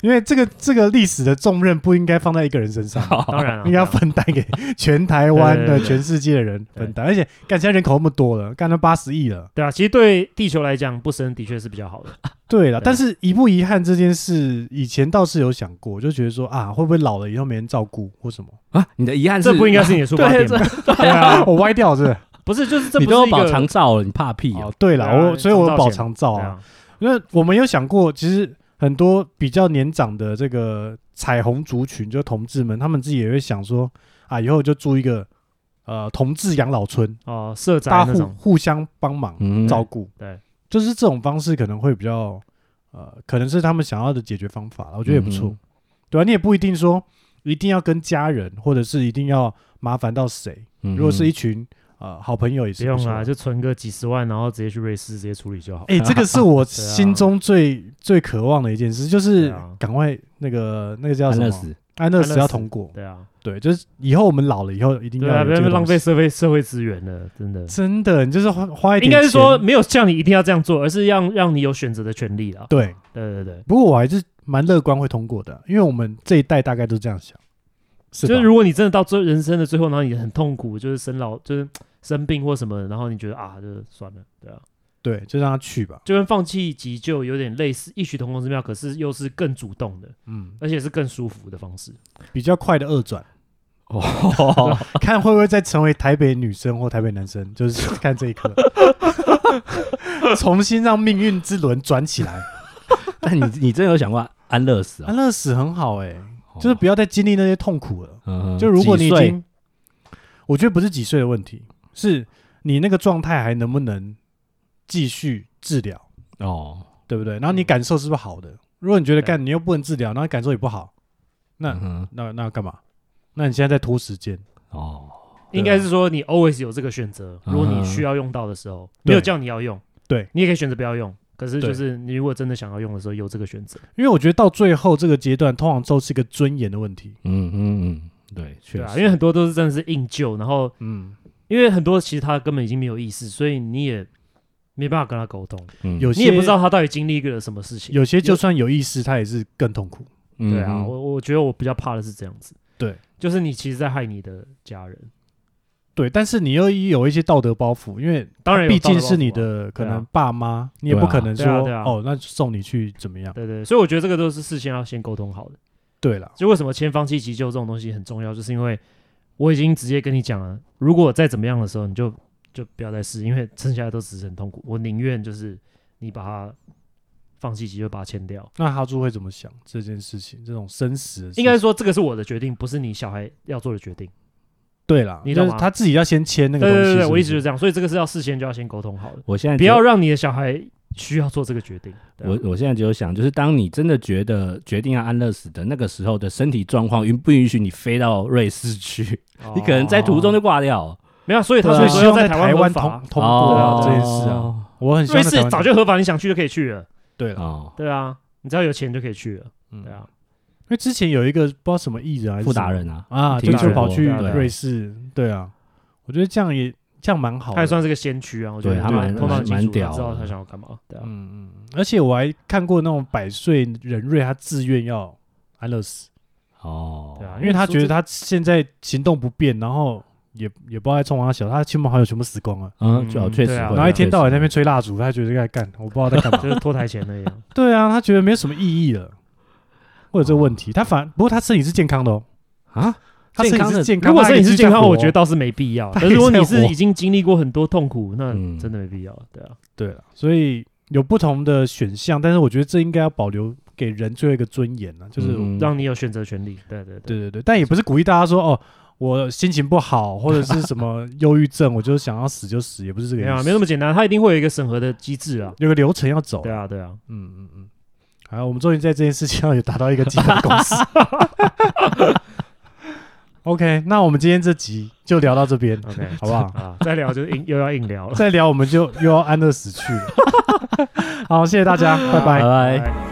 [SPEAKER 1] 因为这个这个历史的重任不应该放在一个人身上，
[SPEAKER 2] 当然了，
[SPEAKER 1] (laughs)
[SPEAKER 2] 啊
[SPEAKER 1] 应该要
[SPEAKER 2] 当然
[SPEAKER 1] 分担给全台湾
[SPEAKER 2] 对
[SPEAKER 1] 的、
[SPEAKER 2] 对对
[SPEAKER 1] 全世界的人
[SPEAKER 2] 对
[SPEAKER 1] 分担。而且，干现在人口那么多了，干到八十亿了，
[SPEAKER 2] 对啊，其实对地球来讲，不生的确是比较好的。
[SPEAKER 1] 对了。
[SPEAKER 2] 对
[SPEAKER 1] 但是遗不遗憾这件事，以前倒是有想过，就觉得说啊，会不会老了以后没人照顾或
[SPEAKER 2] (laughs)
[SPEAKER 1] 什么？
[SPEAKER 3] 啊，你的遗憾是
[SPEAKER 2] 这不应该是你的出发
[SPEAKER 3] 对，
[SPEAKER 2] 点吗
[SPEAKER 3] 这？
[SPEAKER 2] (laughs) 对啊，
[SPEAKER 1] 我歪掉了是不是？
[SPEAKER 2] 不是，就是这
[SPEAKER 3] 你
[SPEAKER 2] 不
[SPEAKER 3] 都
[SPEAKER 2] 是
[SPEAKER 3] 有
[SPEAKER 2] 一
[SPEAKER 3] 保
[SPEAKER 2] 个
[SPEAKER 3] 长照了，你怕屁啊
[SPEAKER 1] 哦，？对了，
[SPEAKER 2] 对啊
[SPEAKER 1] 我所以我有保长照
[SPEAKER 2] 对
[SPEAKER 1] 啊，
[SPEAKER 2] 啊，
[SPEAKER 1] 因为我们有想过，其实很多比较年长的这个彩虹族群，就同志们，他们自己也会想说啊，以后就住一个呃同志养老村，
[SPEAKER 2] 哦，社宅
[SPEAKER 1] 大
[SPEAKER 2] 那
[SPEAKER 1] 家互
[SPEAKER 2] 种，
[SPEAKER 1] 互相帮忙。
[SPEAKER 3] 嗯
[SPEAKER 1] 照顾，
[SPEAKER 2] 对，
[SPEAKER 1] 就是这种方式可能会比较，呃，可能是他们想要的解决方法，我觉得也不错，
[SPEAKER 3] 嗯哼
[SPEAKER 1] 对吧、啊你也不一定说一定要跟家人，或者是一定要麻烦到谁。
[SPEAKER 3] 嗯
[SPEAKER 1] 如果是一群呃好朋友也
[SPEAKER 2] 不啊
[SPEAKER 1] 是
[SPEAKER 2] 用
[SPEAKER 1] 错
[SPEAKER 2] 啦，
[SPEAKER 1] 的
[SPEAKER 2] 就存个几十万，然后直接去瑞士直接处理就好。
[SPEAKER 1] 哎、这个是我
[SPEAKER 2] (laughs) 对啊
[SPEAKER 1] 心中最、最渴望的一件事，就是
[SPEAKER 2] 对啊
[SPEAKER 1] 赶快那个那个叫
[SPEAKER 3] 嗯安
[SPEAKER 1] 什
[SPEAKER 3] 乐
[SPEAKER 1] 么
[SPEAKER 3] 死，
[SPEAKER 1] 安乐死
[SPEAKER 2] 安乐
[SPEAKER 1] 要
[SPEAKER 2] 死
[SPEAKER 1] 通过，
[SPEAKER 2] 对啊，
[SPEAKER 1] 对，就是以后我们老了以后一定
[SPEAKER 2] 对
[SPEAKER 1] 要
[SPEAKER 2] 啊，
[SPEAKER 1] 有
[SPEAKER 2] 不
[SPEAKER 1] 这
[SPEAKER 2] 要
[SPEAKER 1] 个
[SPEAKER 2] 浪
[SPEAKER 1] 东西
[SPEAKER 2] 费社会社会资源了，真的。
[SPEAKER 1] 真的，你就是花花一
[SPEAKER 2] 应
[SPEAKER 1] 点，
[SPEAKER 2] 该是说没有叫你一定要这样做，而是让让你有选择的权利啦。
[SPEAKER 1] 对，
[SPEAKER 2] 对对对，
[SPEAKER 1] 不过我还是蛮乐观会通过的，因为我们这一代大概都这样想，是吧
[SPEAKER 2] 就是如果你真的到最人生的最后，然后你很痛苦，就是生老就是生病或什么，然后你觉得啊，就是算了，对啊，
[SPEAKER 1] 对，就让他去吧。
[SPEAKER 2] 就跟放弃急救有点类似，异曲同工之妙，可是又是更主动的，
[SPEAKER 1] 嗯，
[SPEAKER 2] 而且是更舒服的方式。
[SPEAKER 1] 比较快的二转，
[SPEAKER 3] 哦，
[SPEAKER 1] 看会不会再成为台北女生或台北男生，就是 (laughs) 看这一刻，重新让命运之轮转起来。
[SPEAKER 3] (laughs) 但你你真的有想过安乐死啊
[SPEAKER 1] 安？乐死很好哎、
[SPEAKER 3] 哦
[SPEAKER 1] 就是不要再经历那些痛苦了。
[SPEAKER 3] 嗯哼
[SPEAKER 1] 就如果你
[SPEAKER 3] 几
[SPEAKER 1] 已
[SPEAKER 3] 岁
[SPEAKER 1] 经，我觉得不是几岁的问题，是你那个状态还能不能继续治疗，
[SPEAKER 3] 哦，
[SPEAKER 1] 对不对？然后你感受是不是好的？如果你觉得
[SPEAKER 2] 嗯对
[SPEAKER 1] 干你又不能治疗，然后感受也不好，那
[SPEAKER 3] 嗯哼
[SPEAKER 1] 那那干嘛？那你现在在拖时间，
[SPEAKER 3] 哦，
[SPEAKER 2] 应该是说你 always 有这个选择，
[SPEAKER 3] 嗯
[SPEAKER 2] 如果你需要用到的时候，
[SPEAKER 1] 啊对
[SPEAKER 2] 没有叫你要用，
[SPEAKER 1] 对
[SPEAKER 2] 你也可以选择不要用。可是
[SPEAKER 1] 对
[SPEAKER 2] 就是你如果真的想要用的时候，有这个选择，
[SPEAKER 1] 因为我觉得到最后这个阶段，通常都是一个尊严的问题。
[SPEAKER 3] 嗯嗯嗯，对，确
[SPEAKER 2] 对啊，
[SPEAKER 3] 实，
[SPEAKER 2] 因为很多都是真的是硬救，然后
[SPEAKER 1] 嗯，
[SPEAKER 2] 因为很多其实他根本已经没有意识，所以你也没办法跟他沟通，
[SPEAKER 3] 嗯
[SPEAKER 1] 有些
[SPEAKER 2] 你也不知道他到底经历了什么事情。
[SPEAKER 1] 有些就算有意识，他也是更痛苦。
[SPEAKER 3] 嗯
[SPEAKER 2] 对啊，
[SPEAKER 3] 嗯
[SPEAKER 2] 我我觉得我比较怕的是这样子，
[SPEAKER 1] 对，
[SPEAKER 2] 就是你其实在害你的家人，
[SPEAKER 1] 对，但是你又有一些道德包袱，因为
[SPEAKER 2] 当然有
[SPEAKER 1] 毕
[SPEAKER 2] 道德
[SPEAKER 1] 竟是你
[SPEAKER 2] 包袱啊，
[SPEAKER 1] 的可
[SPEAKER 2] 对啊
[SPEAKER 1] 能爸妈，你也
[SPEAKER 3] 对
[SPEAKER 1] 不
[SPEAKER 3] 啊
[SPEAKER 1] 可能说
[SPEAKER 2] 对啊对啊
[SPEAKER 1] 哦，那送你去怎么样？
[SPEAKER 2] 对对，所以我觉得这个都是事先要先沟通好的。
[SPEAKER 1] 对了，
[SPEAKER 2] 就为什么签放弃急救这种东西很重要，就是因为我已经直接跟你讲了，如果再怎么样的时候，你就就不要再试，因为剩下的都只是很痛苦。我宁愿就是你把它放弃急救，把它签掉。
[SPEAKER 1] 那哈猪会怎么想这件事情？这种生死的事
[SPEAKER 2] 应该说这个是我的决定，不是你小孩要做的决定。
[SPEAKER 1] 对了，
[SPEAKER 2] 你
[SPEAKER 1] 就
[SPEAKER 2] 懂
[SPEAKER 1] 是
[SPEAKER 2] 吗
[SPEAKER 1] 他自己要先签那
[SPEAKER 2] 对
[SPEAKER 1] 个
[SPEAKER 2] 对
[SPEAKER 1] 东西
[SPEAKER 2] 对对，
[SPEAKER 1] 是不
[SPEAKER 2] 我一直就是这样，所以这个是要事先就要先沟通好的，
[SPEAKER 3] 我现在
[SPEAKER 2] 不
[SPEAKER 3] 觉得
[SPEAKER 2] 要让你的小孩需要做这个决定。对啊
[SPEAKER 3] 我我现在只有想，就是当你真的觉得决定要安乐死的那个时候的身体状况允不允许你飞到瑞士去？
[SPEAKER 1] 哦
[SPEAKER 3] 你可能在途中就挂掉了。
[SPEAKER 2] 哦没有，所以他
[SPEAKER 1] 对啊
[SPEAKER 2] 所以
[SPEAKER 1] 希
[SPEAKER 2] 说要
[SPEAKER 1] 望
[SPEAKER 2] 在
[SPEAKER 1] 台
[SPEAKER 2] 湾
[SPEAKER 1] 湾
[SPEAKER 2] 合
[SPEAKER 1] 通
[SPEAKER 2] 法，
[SPEAKER 1] 通
[SPEAKER 2] 啊
[SPEAKER 1] 过这件
[SPEAKER 2] 对
[SPEAKER 1] 事啊，
[SPEAKER 3] 哦。
[SPEAKER 1] 我很希
[SPEAKER 2] 瑞
[SPEAKER 1] 望在台
[SPEAKER 2] 士
[SPEAKER 1] 湾
[SPEAKER 2] 早就合法，你想去就可以去了。
[SPEAKER 1] 对了，
[SPEAKER 3] 哦
[SPEAKER 2] 对啊，你只要有钱就可以去了。
[SPEAKER 1] 嗯
[SPEAKER 2] 对啊，
[SPEAKER 1] 因为之前有一个不知道什么艺人还是
[SPEAKER 3] 富
[SPEAKER 1] 什
[SPEAKER 3] 达
[SPEAKER 1] 么
[SPEAKER 3] 人啊，
[SPEAKER 1] 啊，
[SPEAKER 3] 听
[SPEAKER 1] 就
[SPEAKER 2] 说
[SPEAKER 1] 是跑
[SPEAKER 3] 过
[SPEAKER 1] 去
[SPEAKER 2] 对啊
[SPEAKER 1] 瑞士，对啊，我觉得这样也这样蛮好
[SPEAKER 2] 他也
[SPEAKER 1] 的。
[SPEAKER 2] 算是个先驱啊，我觉
[SPEAKER 3] 对
[SPEAKER 2] 得
[SPEAKER 3] 他
[SPEAKER 1] 蛮
[SPEAKER 2] 通常
[SPEAKER 3] 蛮屌
[SPEAKER 2] 知道
[SPEAKER 3] 的
[SPEAKER 2] 他想要干嘛，对啊，
[SPEAKER 1] 嗯嗯，而且我还看过那种百岁人瑞，他自愿要安乐死，
[SPEAKER 3] 哦，
[SPEAKER 2] 对啊，
[SPEAKER 1] 因为他觉得
[SPEAKER 2] 说
[SPEAKER 1] 他现在行动不便，然后也也不知道在冲他小，他亲朋好友全部死光了，
[SPEAKER 3] 嗯，
[SPEAKER 2] 嗯
[SPEAKER 3] 就确实
[SPEAKER 2] 对啊
[SPEAKER 3] 会，
[SPEAKER 1] 然后一天到晚在那
[SPEAKER 3] 确
[SPEAKER 1] 边吹蜡烛，他觉得在干，我不知道 (laughs) 在干
[SPEAKER 2] 这
[SPEAKER 1] 嘛。
[SPEAKER 2] 就是脱台前那
[SPEAKER 1] (laughs)
[SPEAKER 2] 样，
[SPEAKER 1] 对啊，他觉得没有什么意义了，会有这个问题。他反不过他身体是健康的哦，
[SPEAKER 3] 实啊，
[SPEAKER 1] 他身体是健康，
[SPEAKER 2] 如果
[SPEAKER 1] 他
[SPEAKER 2] 身
[SPEAKER 1] 还
[SPEAKER 2] 体
[SPEAKER 1] 继
[SPEAKER 2] 是
[SPEAKER 1] 续
[SPEAKER 2] 健
[SPEAKER 1] 在
[SPEAKER 2] 康，
[SPEAKER 1] 活
[SPEAKER 2] 我觉得倒是没必要。
[SPEAKER 1] 他
[SPEAKER 2] 但是如果
[SPEAKER 1] 还在
[SPEAKER 2] 你是
[SPEAKER 1] 活
[SPEAKER 2] 已经经历过很多痛苦，那
[SPEAKER 3] 嗯
[SPEAKER 2] 真的没必要，对啊，
[SPEAKER 1] 对了，所以有不同的选项，但是我觉得这应该要保留给人最后一个尊严呢、就是、
[SPEAKER 3] 嗯
[SPEAKER 2] 让你有选择权利，对对对
[SPEAKER 1] 对对对，但也不是鼓励大家说哦，我心情不好或者是什么忧郁症，我就想要死就死，也不是这个
[SPEAKER 2] 没
[SPEAKER 1] 意
[SPEAKER 2] 有啊
[SPEAKER 1] 思，
[SPEAKER 2] 没那么简单，他一定会有一个审核的机制啊，
[SPEAKER 1] 有个流程要走。
[SPEAKER 2] 对，啊对啊，
[SPEAKER 1] 嗯嗯嗯。好，我们终于在这件事情上有达到一个基本共识。OK，那我们今天这集就聊到这边
[SPEAKER 2] OK
[SPEAKER 1] (laughs) 好不好？
[SPEAKER 2] 啊， (laughs) 再聊就是硬又要
[SPEAKER 1] (laughs)
[SPEAKER 2] 硬聊了，
[SPEAKER 1] 再聊我们就又要安乐死去了。好，谢谢大家，拜拜
[SPEAKER 3] 拜。拜。
[SPEAKER 2] (laughs) 拜。